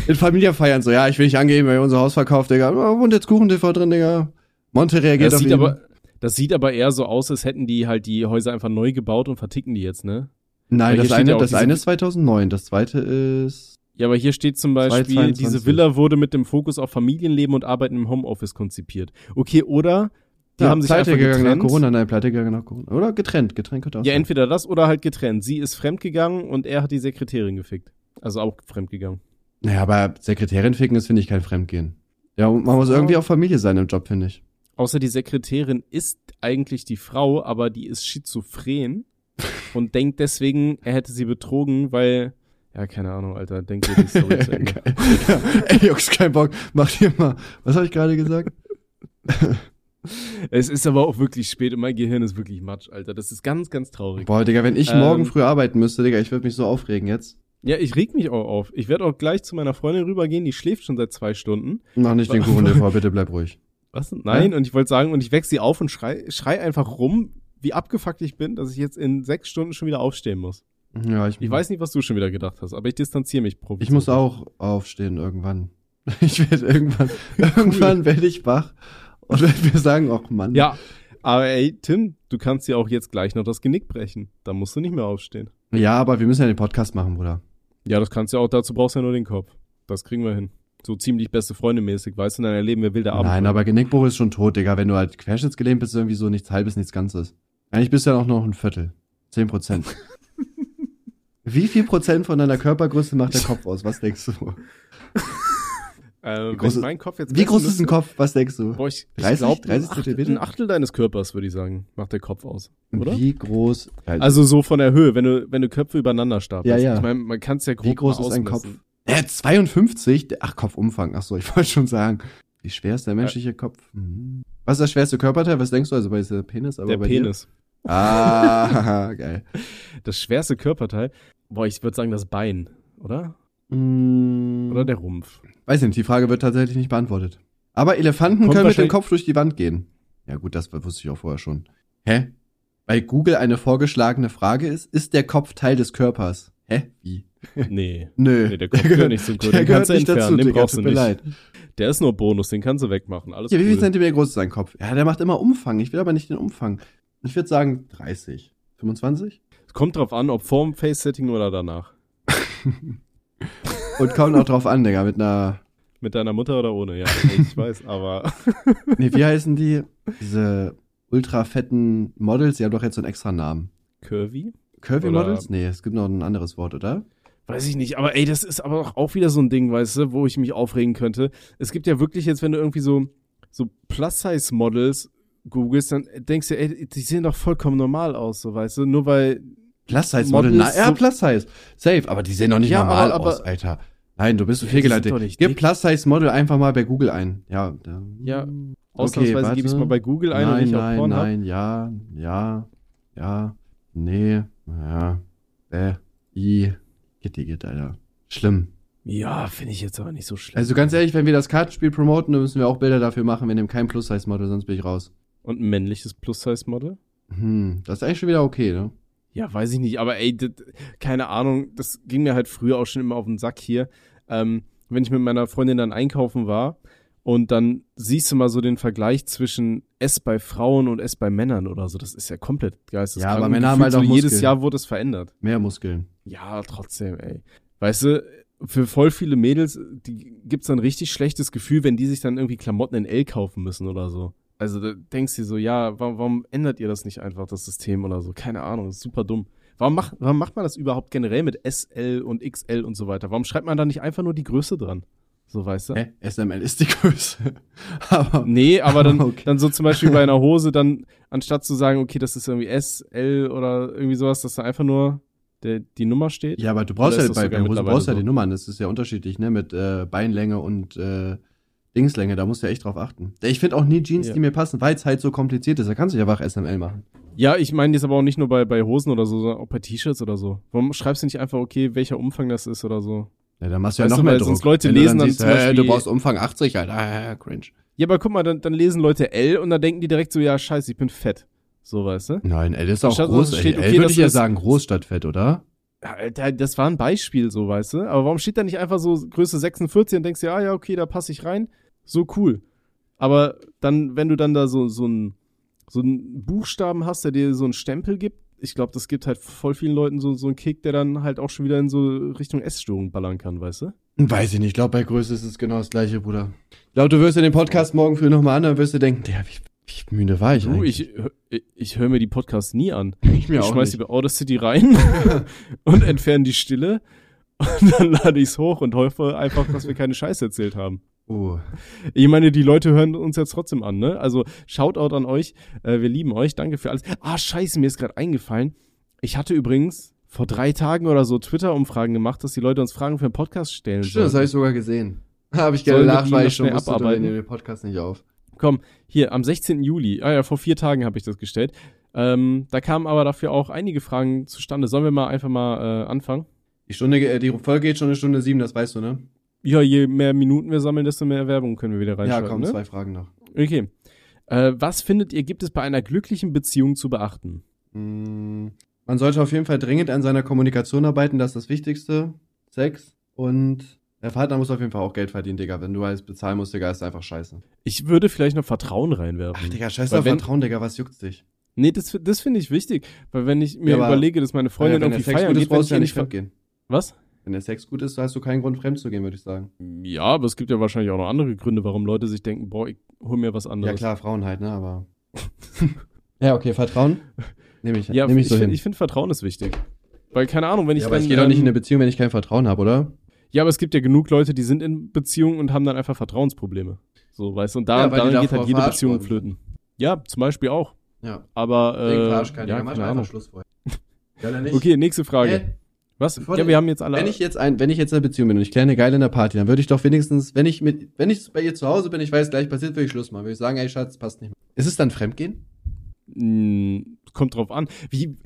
in Familie feiern so, ja, ich will nicht angeben, weil ihr unser Haus verkauft, Digga. Oh, wohnt jetzt Kuchen TV drin, Digga. Monte reagiert auf
das sieht
ihn.
aber das sieht aber eher so aus, als hätten die halt die Häuser einfach neu gebaut und verticken die jetzt, ne?
Nein,
hier
das
steht
eine,
ja auch
das
diese-
eine ist 2009, das zweite ist.
Ja, aber hier steht zum Beispiel,
2,22.
diese Villa wurde mit dem Fokus auf Familienleben und Arbeiten im Homeoffice konzipiert. Okay, oder die
Ja,
haben sich
pleite
einfach
gegangen
getrennt.
nach Corona, nein, pleite gegangen nach Corona. Oder getrennt, getrennt könnte auch
Ja,
sein.
entweder das oder halt getrennt. Sie ist fremdgegangen und er hat die Sekretärin gefickt. Also auch fremdgegangen.
Naja, aber Sekretärin ficken ist, finde ich, kein Fremdgehen. Ja, und man muss
Ja.
irgendwie auch Familie sein im Job, finde
[laughs]
ich.
Außer die Sekretärin ist eigentlich die Frau, aber die
[laughs]
ist schizophren und denkt deswegen, er hätte sie betrogen, weil ja, keine Ahnung, Alter, denkt ihr die Story
[laughs]
zu Ende.
Geil. Ja, Ey, Jungs, kein Bock. Macht ihr mal. Was habe ich gerade gesagt?
Es ist aber auch wirklich spät und mein Gehirn ist wirklich matsch, Alter. Das ist ganz, ganz traurig.
Boah, Digga, wenn ich
Ähm.
morgen früh arbeiten müsste, Digga, ich würde mich so aufregen jetzt.
Ja, ich reg mich auch auf. Ich werde auch gleich zu meiner Freundin rübergehen, die schläft schon seit zwei Stunden.
Mach nicht den
[laughs]
Kuchen TV, bitte bleib ruhig.
Was? Nein, und ich wollte sagen, und ich weck sie auf und schrei, schrei einfach rum, wie abgefuckt ich bin, dass ich jetzt in sechs Stunden schon wieder aufstehen muss.
Ja, ich,
Ich weiß nicht, was du schon wieder gedacht hast, aber Mhm. ich distanziere mich
Ich muss
provisorisch.
auch aufstehen irgendwann. [laughs] Ich werde
[laughs]
irgendwann, irgendwann werde ich wach und werd mir sagen, ach Mann.
Ja, aber ey, Tim, du kannst dir auch jetzt gleich noch das Genick brechen. Da musst du nicht mehr aufstehen.
Ja, aber wir müssen ja den Podcast machen, Bruder.
Ja, das kannst du auch, dazu brauchst du ja nur den Kopf. Das kriegen wir hin. So ziemlich beste Freunde mäßig, weißt du, dann erleben wir wilde Abend.
Nein, aber Genickbruch ist schon tot, Digga. Wenn du halt querschnittsgelähmt bist, ist irgendwie so nichts halbes, nichts ganzes. Eigentlich bist du ja auch noch ein Viertel. Zehn
[laughs]
Prozent. Wie viel Prozent von deiner Körpergröße macht der Kopf aus? Was denkst du?
Äh, wenn
groß ist-
mein Kopf jetzt
Wie groß
messen
ist ein Kopf? Was denkst du?
Boah, ich,
30,
ich glaube,
30 Zentimeter?
ein Achtel deines Körpers, würde ich sagen, macht der Kopf aus, oder?
Wie groß?
Also so von der Höhe, wenn du, wenn du Köpfe übereinander stapelst.
Ja, ja.
Ich meine, man kann es ja grob
Wie groß
mal
ist ein Kopf?
ausmessen.
Äh, 52? Der- Ach, Kopfumfang. Ach so, ich [laughs] wollte schon sagen. Wie schwer ist der menschliche Kopf? Mhm. Was ist das schwerste Körperteil? Was denkst du? Also bei dieser Penis? Aber
Der
bei
Penis.
Dir? Ah, [laughs]
[laughs]
geil.
Das schwerste Körperteil. Boah, ich würde sagen, das Bein, oder?
Mm,
Oder
[laughs]
der Rumpf.
Weiß nicht, die Frage wird tatsächlich nicht beantwortet. Aber Elefanten können
Kommt
mit dem
wahrscheinlich-
Kopf durch die Wand gehen. Ja gut, das wusste ich auch vorher schon. Hä? Weil Google eine vorgeschlagene Frage ist, ist der Kopf Teil des Körpers? Hä? Wie?
Nee.
Nö.
Nee, der Kopf
gehört- [laughs]
gehört nicht zum Körper.
Der
Den
gehört
kannst du
nicht dazu,
entfernen, den
Digga,
brauchst du
tut mir
nicht.
leid.
Der ist nur Bonus, den kannst du wegmachen. Alles
Ja, wie viel
cool.
Zentimeter groß ist dein Kopf? Ja, der macht immer Umfang. Ich will aber nicht den Umfang. Ich würde sagen 30. 25?
Kommt drauf an, ob vorm Face-Setting oder danach.
Und kommt auch drauf an, Digga, mit einer.
Mit deiner Mutter oder ohne, ja.
[laughs]
Ich weiß, aber [laughs]
Nee, wie heißen die? Diese ultra fetten Models, die haben doch jetzt so einen extra Namen.
Curvy?
Curvy
Oder-
Models? Nee, es gibt noch ein anderes Wort, oder?
Weiß ich nicht, aber ey, das ist aber doch auch wieder so ein Ding, weißt du, wo ich mich aufregen könnte. Es gibt ja wirklich jetzt, wenn du irgendwie so, so Plus-Size-Models googelst, dann denkst du, ey, die sehen doch vollkommen normal aus, so, weißt du, nur weil,
Plus Size Model.
Models
Na, ja,
so-
Plus Size. Safe, aber die sehen doch nicht
Ja,
normal
aber- aber-
aus, Alter. Nein, du bist so
Ja, die
fehlgeleitet.
sind doch nicht
Gib
dick.
Plus Size Model einfach mal bei Google ein. Ja, da-
Ja,
Okay,
ausnahmsweise
warte.
gebe ich mal bei Google ein und
nein,
nicht auf
nein,
Pornhub.
nein, ja, ja, ja, nee, ja, äh, i, gitti, gitt, Alter. Schlimm.
Ja, finde ich jetzt aber nicht so schlecht.
Also ganz ehrlich, wenn wir das Kartenspiel promoten, dann müssen wir auch Bilder dafür machen. Wir nehmen kein Plus-Size-Model, sonst bin ich raus.
Und ein männliches Plus-Size-Model?
Hm, das ist eigentlich schon wieder okay, ne?
Ja, weiß ich nicht, aber ey, das, keine Ahnung, das ging mir halt früher auch schon immer auf den Sack hier. Ähm, wenn ich mit meiner Freundin dann einkaufen war und dann siehst du mal so den Vergleich zwischen S bei Frauen und S bei Männern oder so, das ist ja komplett geisteskrank.
Ja, aber
Und
Männer haben
gefühlt
halt
so
auch
jedes
Muskeln.
Jahr wurde es verändert.
Mehr Muskeln.
Ja, trotzdem, ey. Weißt du, für voll viele Mädels, die gibt's dann richtig schlechtes Gefühl, wenn die sich dann irgendwie Klamotten in L kaufen müssen oder so. Also da denkst du dir so, ja, warum, warum ändert ihr das nicht einfach, das System oder so? Keine Ahnung, ist super dumm. Warum, macht warum macht man das überhaupt generell mit SL und XL und so weiter? Warum schreibt man da nicht einfach nur die Größe dran? So, weißt du?
Hä? SML ist die [laughs] Größe. Aber
Nee, aber dann,
[laughs] Okay.
dann so zum Beispiel
[laughs]
bei einer Hose, dann anstatt zu sagen, okay, das ist irgendwie S, L oder irgendwie sowas, dass da einfach nur der, die Nummer steht.
Ja, aber du brauchst ja
Oder ist das
bei,
sogar
bei Hosen
mittlerweile
brauchst ja
so?
die Nummern, das ist ja unterschiedlich, ne? Mit äh, Beinlänge und äh, Dingslänge, da musst du ja echt drauf achten. Ich finde auch nie Jeans,
Ja.
die mir passen, weil es halt so kompliziert ist. Da kannst du ja wach SML machen.
Ja, ich meine jetzt aber auch nicht nur bei, bei Hosen oder so, sondern auch bei T-Shirts oder so. Warum schreibst du nicht einfach, okay, welcher Umfang das ist oder so?
Ja, dann machst du ja
Weißt
noch
du,
mehr
weil
Druck.
sonst Leute
Wenn du
lesen dann
siehst,
zum
"Hä,
Beispiel-
du brauchst Umfang 80, Alter. Ah, cringe.
Ja, aber guck mal, dann, dann lesen Leute L und dann denken die direkt so, ja, scheiße, ich bin fett. So, weißt du?
Nein, L ist auch
Statt-
groß.
steht,
Ey, L
okay,
würde
das
ich ja
ist-
sagen, groß statt fett, oder?
Alter, das war ein Beispiel, so, weißt du? Aber warum steht da nicht einfach so Größe 46 und denkst dir, ah ja, okay, da passe ich rein? So cool. Aber dann, wenn du dann da so, so ein so einen Buchstaben hast, der dir so einen Stempel gibt, ich glaube, das gibt halt voll vielen Leuten so, so einen Kick, der dann halt auch schon wieder in so Richtung Essstörung ballern kann, weißt du?
Weiß ich nicht. Ich glaube, bei Größe ist es genau das gleiche, Bruder. Ich glaube, du wirst dir den Podcast morgen früh nochmal an, dann wirst du denken, ja, wie, wie müde war ich
Du,
eigentlich?
ich, ich, ich höre mir die Podcasts nie an.
ich mir
ich schmeiß die bei Audacity
[laughs]
rein und entferne die Stille und dann lade ich es hoch und hoffe einfach, dass wir keine Scheiße erzählt haben.
Oh.
Ich meine, die Leute hören uns jetzt trotzdem an, ne? Also Shoutout an euch, äh, wir lieben euch, danke für alles. Ah, scheiße, mir ist gerade eingefallen. Ich hatte übrigens vor drei Tagen oder so Twitter-Umfragen gemacht, dass die Leute uns Fragen für den Podcast stellen
Stimmt, das habe
sollen.
ich sogar gesehen. [laughs] Habe ich
Sollen wir
gelacht,
die
weil
noch
ich schon
schnell
wusste, da
abarbeiten?
nehmen wir den Podcast nicht auf.
Komm, hier, am 16. Juli, ah ja, vor vier Tagen habe ich das gestellt. Ähm, da kamen aber dafür auch einige Fragen zustande. Sollen wir mal einfach mal äh, anfangen?
Die Stunde, ge- äh, die Folge geht schon eine Stunde sieben, das weißt du, ne?
Ja, je mehr Minuten wir sammeln, desto mehr Werbung können wir wieder
Ja,
reinschalten.
komm,
ne?
zwei Fragen noch.
Okay. Äh, was findet ihr, gibt es bei einer glücklichen Beziehung zu beachten?
Mm, Man sollte auf jeden Fall dringend an seiner Kommunikation arbeiten, das ist das Wichtigste. Sex und der Partner muss auf jeden Fall auch Geld verdienen, Digga. Wenn du alles bezahlen musst, Digga, ist einfach scheiße.
Ich würde vielleicht noch Vertrauen reinwerfen.
Ach, Digga, scheiße
Weil
auf
wenn-
Vertrauen, Digga, was juckt's dich?
Nee, das, das finde ich wichtig, weil wenn ich mir
Ja, aber-
überlege, dass meine
wenn
Freundin
der
irgendwie
Sex
feiern
gut
geht,
ist,
wenn
brauchst
ich
du ja
ihr
nicht
nicht ver-
fremdgehen.
Was?
Wenn der Sex gut ist, hast du keinen Grund, fremd zu gehen, würde ich sagen.
Ja, aber es gibt ja wahrscheinlich auch noch andere Gründe, warum Leute sich denken, boah, ich hol mir was anderes.
Ja, klar, Frauen halt, ne, [laughs] aber. ja, okay, Vertrauen? Nehme ich,
Ja,
nehm ich
ich
so hin.
finde find Vertrauen ist wichtig. Weil keine Ahnung, wenn ich
ja, aber
dann
ich gehe doch
ähm,
nicht in eine Beziehung, wenn ich kein Vertrauen habe, oder?
Ja, aber es gibt ja genug Leute, die sind in Beziehungen und haben dann einfach Vertrauensprobleme. So, weißt du, und da,
Ja, weil die
daran geht
davor
halt jede
verarscht
Beziehung
worden sind.
flöten. Ja, zum Beispiel auch.
Ja.
Aber
Deswegen
äh,
verarsch keinen,
ja,
Digga, mach
keine
doch
Ahnung.
einfach Schluss vorher. Ja, oder nicht?
Okay, nächste Frage.
Hä?
Was?
bevor
Ja,
du-
wir haben jetzt alle.
Wenn ich jetzt ein, wenn ich jetzt in einer Beziehung bin und ich kläre eine geile in der Party, dann würde ich doch wenigstens, wenn ich mit, wenn ich bei ihr zu Hause bin, ich weiß, gleich passiert, würde ich Schluss machen. Würde ich sagen, ey Schatz, passt nicht mehr. Ist es dann Fremdgehen?
Mm, Kommt drauf an. Wie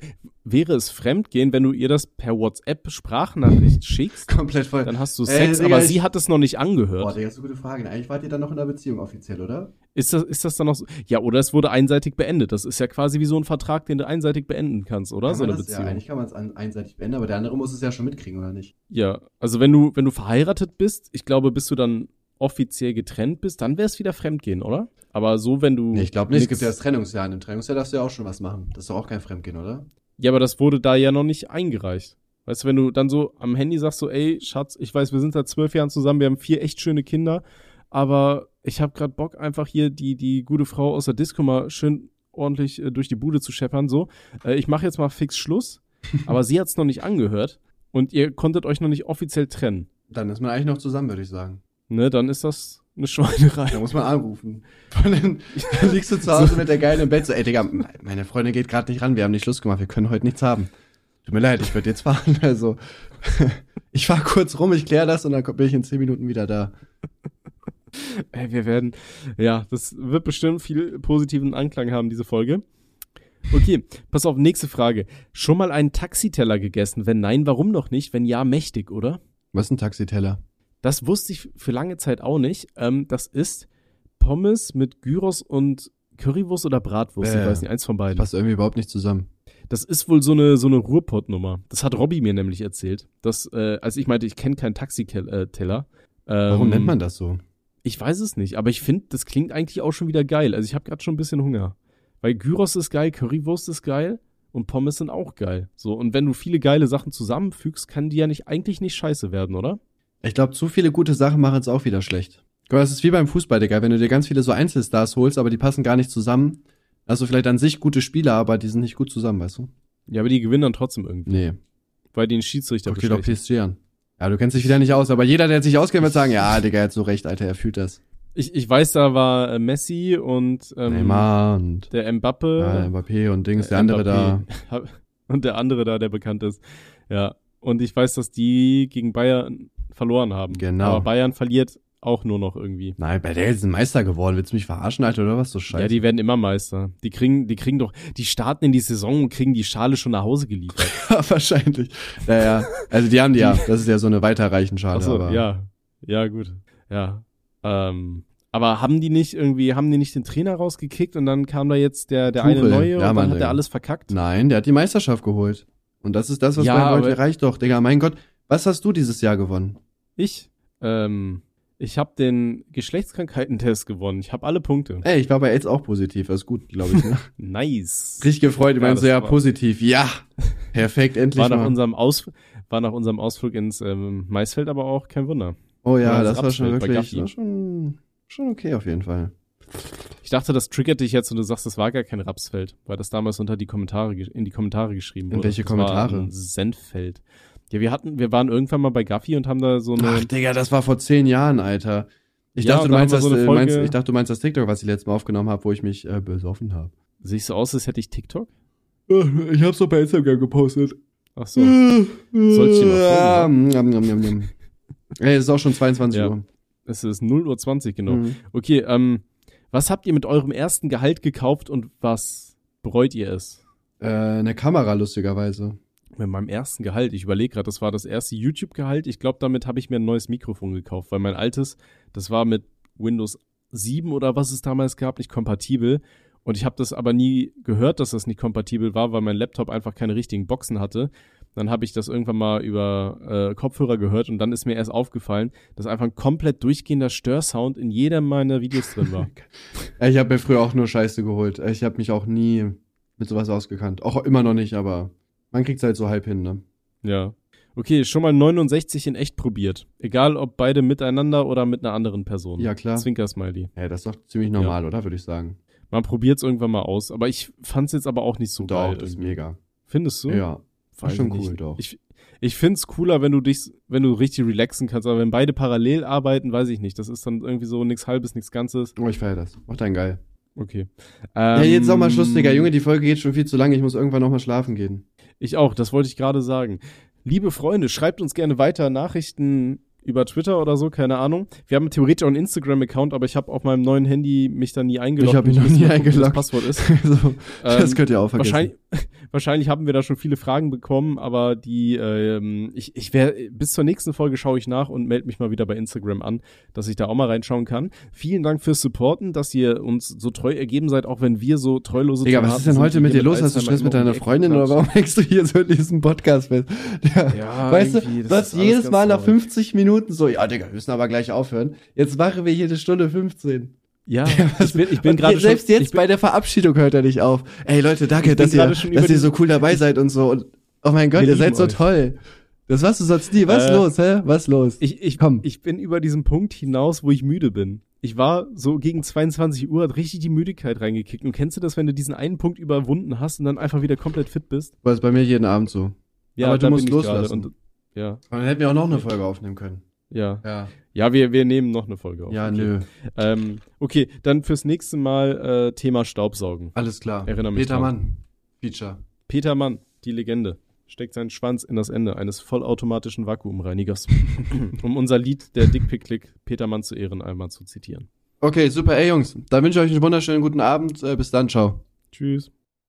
wäre es Fremdgehen, wenn du ihr das per WhatsApp Sprachnachricht
[laughs]
schickst?
Komplett voll.
Dann hast du
Äh,
Sex,
Digga,
aber
ich-
sie hat es noch nicht
Boah,
angehört.
Digga, das ist eine gute Frage. Eigentlich wart ihr dann noch in einer Beziehung offiziell, oder?
Ist das, ist das dann noch so? Ja, oder es wurde einseitig beendet. Das ist ja quasi wie so ein Vertrag, den du einseitig beenden kannst, oder?
Kann
so
man
eine
das, Ja,
Beziehung.
eigentlich kann man es an- einseitig beenden, aber der andere muss es ja schon mitkriegen, oder nicht?
Ja, also wenn du, wenn du verheiratet bist, ich glaube, bis du dann offiziell getrennt bist, dann wäre es wieder Fremdgehen, oder? Aber so, wenn du.
Nee, ich glaube nicht. Es
nix-
gibt ja das Trennungsjahr. In dem Trennungsjahr darfst du ja auch schon was machen. Das ist doch auch kein Fremdgehen, oder?
Ja, aber das wurde da ja noch nicht eingereicht. Weißt du, wenn du dann so am Handy sagst, so, ey, Schatz, ich weiß, wir sind seit zwölf Jahren zusammen, wir haben vier echt schöne Kinder, aber ich habe gerade Bock, einfach hier die, die gute Frau aus der Disco mal schön ordentlich äh, durch die Bude zu scheppern, so. Äh, ich mache jetzt mal fix Schluss, aber sie hat's noch nicht angehört und ihr konntet euch noch nicht offiziell trennen.
Dann ist man eigentlich noch zusammen, würde ich sagen.
Ne, dann ist das eine [laughs] Schweinerei.
Da muss man anrufen. Und dann, dann liegst du zu Hause mit der Geilen im Bett so, ey Digga, meine Freundin geht gerade nicht ran, wir haben nicht Schluss gemacht, wir können heute nichts haben. Tut mir leid, ich würde jetzt fahren. [laughs] Also, ich fahr kurz rum, ich kläre das und dann komm- bin ich in zehn Minuten wieder da.
Ey, wir werden, ja, das wird bestimmt viel positiven Anklang haben, diese Folge. Okay, pass auf, nächste Frage. Schon mal einen Taxiteller gegessen? Wenn nein, warum noch nicht? Wenn ja, mächtig, oder?
Was ist ein Taxiteller?
Das wusste ich für lange Zeit auch nicht. Ähm, das ist Pommes mit Gyros und Currywurst oder Bratwurst.
Äh,
ich weiß nicht, eins von
Das
beiden.
passt irgendwie überhaupt nicht zusammen.
Das ist wohl so eine, so eine Ruhrpott-Nummer. Das hat Robby mir nämlich erzählt. Dass, äh, als ich meinte, ich kenne keinen Taxiteller. Äh, Teller.
Warum
Ähm,
nennt man das so?
ich weiß es nicht, aber ich finde, das klingt eigentlich auch schon wieder geil. Also ich habe gerade schon ein bisschen Hunger. Weil Gyros ist geil, Currywurst ist geil und Pommes sind auch geil. So, und wenn du viele geile Sachen zusammenfügst, kann die ja nicht eigentlich nicht scheiße werden, oder?
Ich glaube, zu viele gute Sachen machen es auch wieder schlecht. Guck mal, das ist wie beim Fußball, Digga. Wenn du dir ganz viele so Einzelstars holst, aber die passen gar nicht zusammen. Also vielleicht an sich gute Spieler, aber die sind nicht gut zusammen, weißt du?
Ja, aber die gewinnen dann trotzdem irgendwie,
Nee.
weil die den Schiedsrichter
Guck dir doch
bestechen.
PSG an. Ja, du kennst dich wieder nicht aus, aber jeder, der sich auskennt, wird sagen, ja, Digga, er hat so recht, Alter, er fühlt das.
Ich, ich weiß, da war äh, Messi und ähm, äh,
Neymar und
der Mbappe.
ja, Mbappé und Dings, der andere da.
da. [laughs] Und der andere da, der bekannt ist. Ja. Und ich weiß, dass die gegen Bayern verloren haben.
Genau.
Aber Bayern verliert auch nur noch irgendwie.
Nein, bei der ist ein Meister geworden. Willst du mich verarschen, Alter, oder was? So scheiße.
Ja, die werden immer Meister. Die kriegen, die kriegen doch, die starten in die Saison und kriegen die Schale schon nach Hause geliefert.
[laughs] wahrscheinlich. Ja, ja. Also die haben die ja. Das ist ja so eine weiterreichende Schale.
Achso,
aber
ja. Ja, gut. Ja. Ähm, aber haben die nicht irgendwie, haben die nicht den Trainer rausgekickt und dann kam da jetzt der, der eine
Tuchel.
neue
Ja,
und dann
Mann,
hat
Digga.
der alles verkackt?
Nein, der hat die Meisterschaft geholt. Und das ist das, was
Ja,
Bayern heute
aber-
erreicht doch. Digga, mein Gott, was hast du dieses Jahr gewonnen?
Ich? Ähm, ich habe den Geschlechtskrankheitentest gewonnen. Ich habe alle Punkte.
Ey, ich war bei AIDS auch positiv. Das ist gut, glaube
[laughs]
ich. Ne?
Nice.
Richtig gefreut. Ich
Ja,
meinst du
das
ja
war-
positiv. Ja. Perfekt, endlich
War nach,
mal.
unserem Aus, war nach unserem Ausflug ins ähm, Maisfeld aber auch kein Wunder.
Oh ja,
Ja,
das
das
war schon
Rapsfeld bei
wirklich.
Gaffi.
War schon, schon okay auf jeden Fall.
Ich dachte, das triggert dich jetzt und du sagst, das war gar kein Rapsfeld, weil das damals unter die Kommentare ge- in die Kommentare geschrieben
In
wurde.
welche
Das war
Kommentare?
ein Senffeld. Ja, wir hatten, wir waren irgendwann mal bei Gaffi und haben da so
Ach,
eine.
Digga, das war vor zehn Jahren, Alter. Ich,
Ja,
dachte,
und
du
da
meinst,
haben
das,
wir so eine
äh, meinst,
Folge-
ich dachte, du meinst das TikTok, was ich letztes Mal aufgenommen habe, wo ich mich äh, besoffen habe.
Sehe ich so aus, als hätte ich TikTok?
Äh, Ich hab's doch bei Instagram gepostet.
Ach so.
Mhm. Soll
ich dir mal
ähm, ähm, ähm, ähm. Ey, es ist auch schon 22
Ja,
Uhr.
Es ist 0.20 Uhr, genau.
Mhm.
Okay, ähm, was habt ihr mit eurem ersten Gehalt gekauft und was bereut ihr es?
Äh, eine Kamera, lustigerweise.
Mit meinem ersten Gehalt, ich überlege gerade, das war das erste YouTube-Gehalt. Ich glaube, damit habe ich mir ein neues Mikrofon gekauft, weil mein altes, das war mit Windows 7 oder was es damals gab, nicht kompatibel. Und ich habe das aber nie gehört, dass das nicht kompatibel war, weil mein Laptop einfach keine richtigen Boxen hatte. Dann habe ich das irgendwann mal über äh, Kopfhörer gehört und dann ist mir erst aufgefallen, dass einfach ein komplett durchgehender Störsound in jedem meiner Videos drin war.
Ey, Ich habe mir früher auch nur Scheiße geholt. Ich habe mich auch nie mit sowas ausgekannt. Auch immer noch nicht, aber man kriegt's halt so halb hin, ne?
Ja. Okay, schon mal 69 in echt probiert. Egal ob beide miteinander oder mit einer anderen Person.
Ja, klar.
Zwinker-Smiley.
Ja, das ist doch ziemlich normal, oder? Würde ich sagen.
Man probiert's irgendwann mal aus. Aber ich fand's jetzt aber auch nicht so
Doch,
geil.
das ist
irgendwie.
mega.
Findest du?
Ja.
Weiß
schon
ich
cool,
nicht.
doch.
Ich, ich find's cooler, wenn du dich, wenn du richtig relaxen kannst. Aber wenn beide parallel arbeiten, weiß ich nicht. Das ist dann irgendwie so nix Halbes, nix Ganzes.
Oh, ich feier das. Mach dein geil.
Okay.
Ja, jetzt auch mal
Ähm,
Schluss, Digga. Junge, die Folge geht schon viel zu lange. Ich muss irgendwann noch mal schlafen gehen.
[laughs] Ich auch, das wollte ich gerade sagen. Liebe Freunde, schreibt uns gerne weiter Nachrichten über Twitter oder so, keine Ahnung. Wir haben theoretisch auch einen Instagram-Account, aber ich habe auf meinem neuen Handy mich da nie eingeloggt.
Ich hab mich noch
muss
nie
mal gucken, wie
eingeloggt.
Das Passwort ist.
so, [laughs] das
Ähm,
könnt ihr auch vergessen.
Wahrscheinlich, wahrscheinlich [laughs] haben wir da schon viele Fragen bekommen, aber die, ähm, ich, ich wär, bis zur nächsten Folge schaue ich nach und melde mich mal wieder bei Instagram an, dass ich da auch mal reinschauen kann. Vielen Dank fürs Supporten, dass ihr uns so treu ergeben seid, auch wenn wir so treulose
Digga,
Tomaten
was ist denn
sind,
heute
die
mit
hier
dir los? Hast du
Alzheimer
Stress mit
immer um
deiner
die Ecke
Freundin
klatschen.
oder warum hängst du hier so in diesem Podcast fest? [laughs] Ja.
Ja,
weißt du,
irgendwie, das
das
ist alles
jedes
ganz
Mal nach
traurig.
50 Minuten so, ja, Digga, wir müssen aber gleich aufhören. Jetzt machen wir hier eine Stunde 15.
Ja, ich bin,
[laughs]
ich bin
Und
gerade
je- selbst
schon,
jetzt
ich bin,
bei der Verabschiedung hört er nicht auf. Ey Leute, danke,
bin
dass ihr,
gerade schon über
dass ihr
die-
so cool dabei seid und so. Und, oh mein Gott,
Wir
ihr seid
lieben
so
euch.
toll. Das warst du sonst nie. Was
Äh,
los, hä? Was los?
ich, ich,
Komm.
ich bin über diesen Punkt hinaus, wo ich müde bin. Ich war so gegen 22 Uhr, hat richtig die Müdigkeit reingekickt. Und kennst du das, wenn du diesen einen Punkt überwunden hast und dann einfach wieder komplett fit bist?
War es bei mir jeden Abend so. Aber du
da
musst
bin ich gerade
loslassen.
Und, ja,
Und dann hätten wir auch noch eine Folge aufnehmen können.
ja.
Ja.
Ja, wir, wir nehmen noch eine Folge auf.
Ja,
Oh, okay.
nö.
Ähm, okay, dann fürs nächste Mal äh, Thema Staubsaugen.
Alles klar.
Erinnere mich
Peter
dran.
Mann. Feature.
Peter Mann, die Legende, steckt seinen Schwanz in das Ende eines
[laughs]
vollautomatischen Vakuumreinigers, um unser Lied der Dickpick-Click Peter Mann zu Ehren einmal zu zitieren.
Okay, super. Ey, Jungs, dann wünsche ich euch einen wunderschönen guten Abend. Äh, Bis dann, ciao.
Tschüss.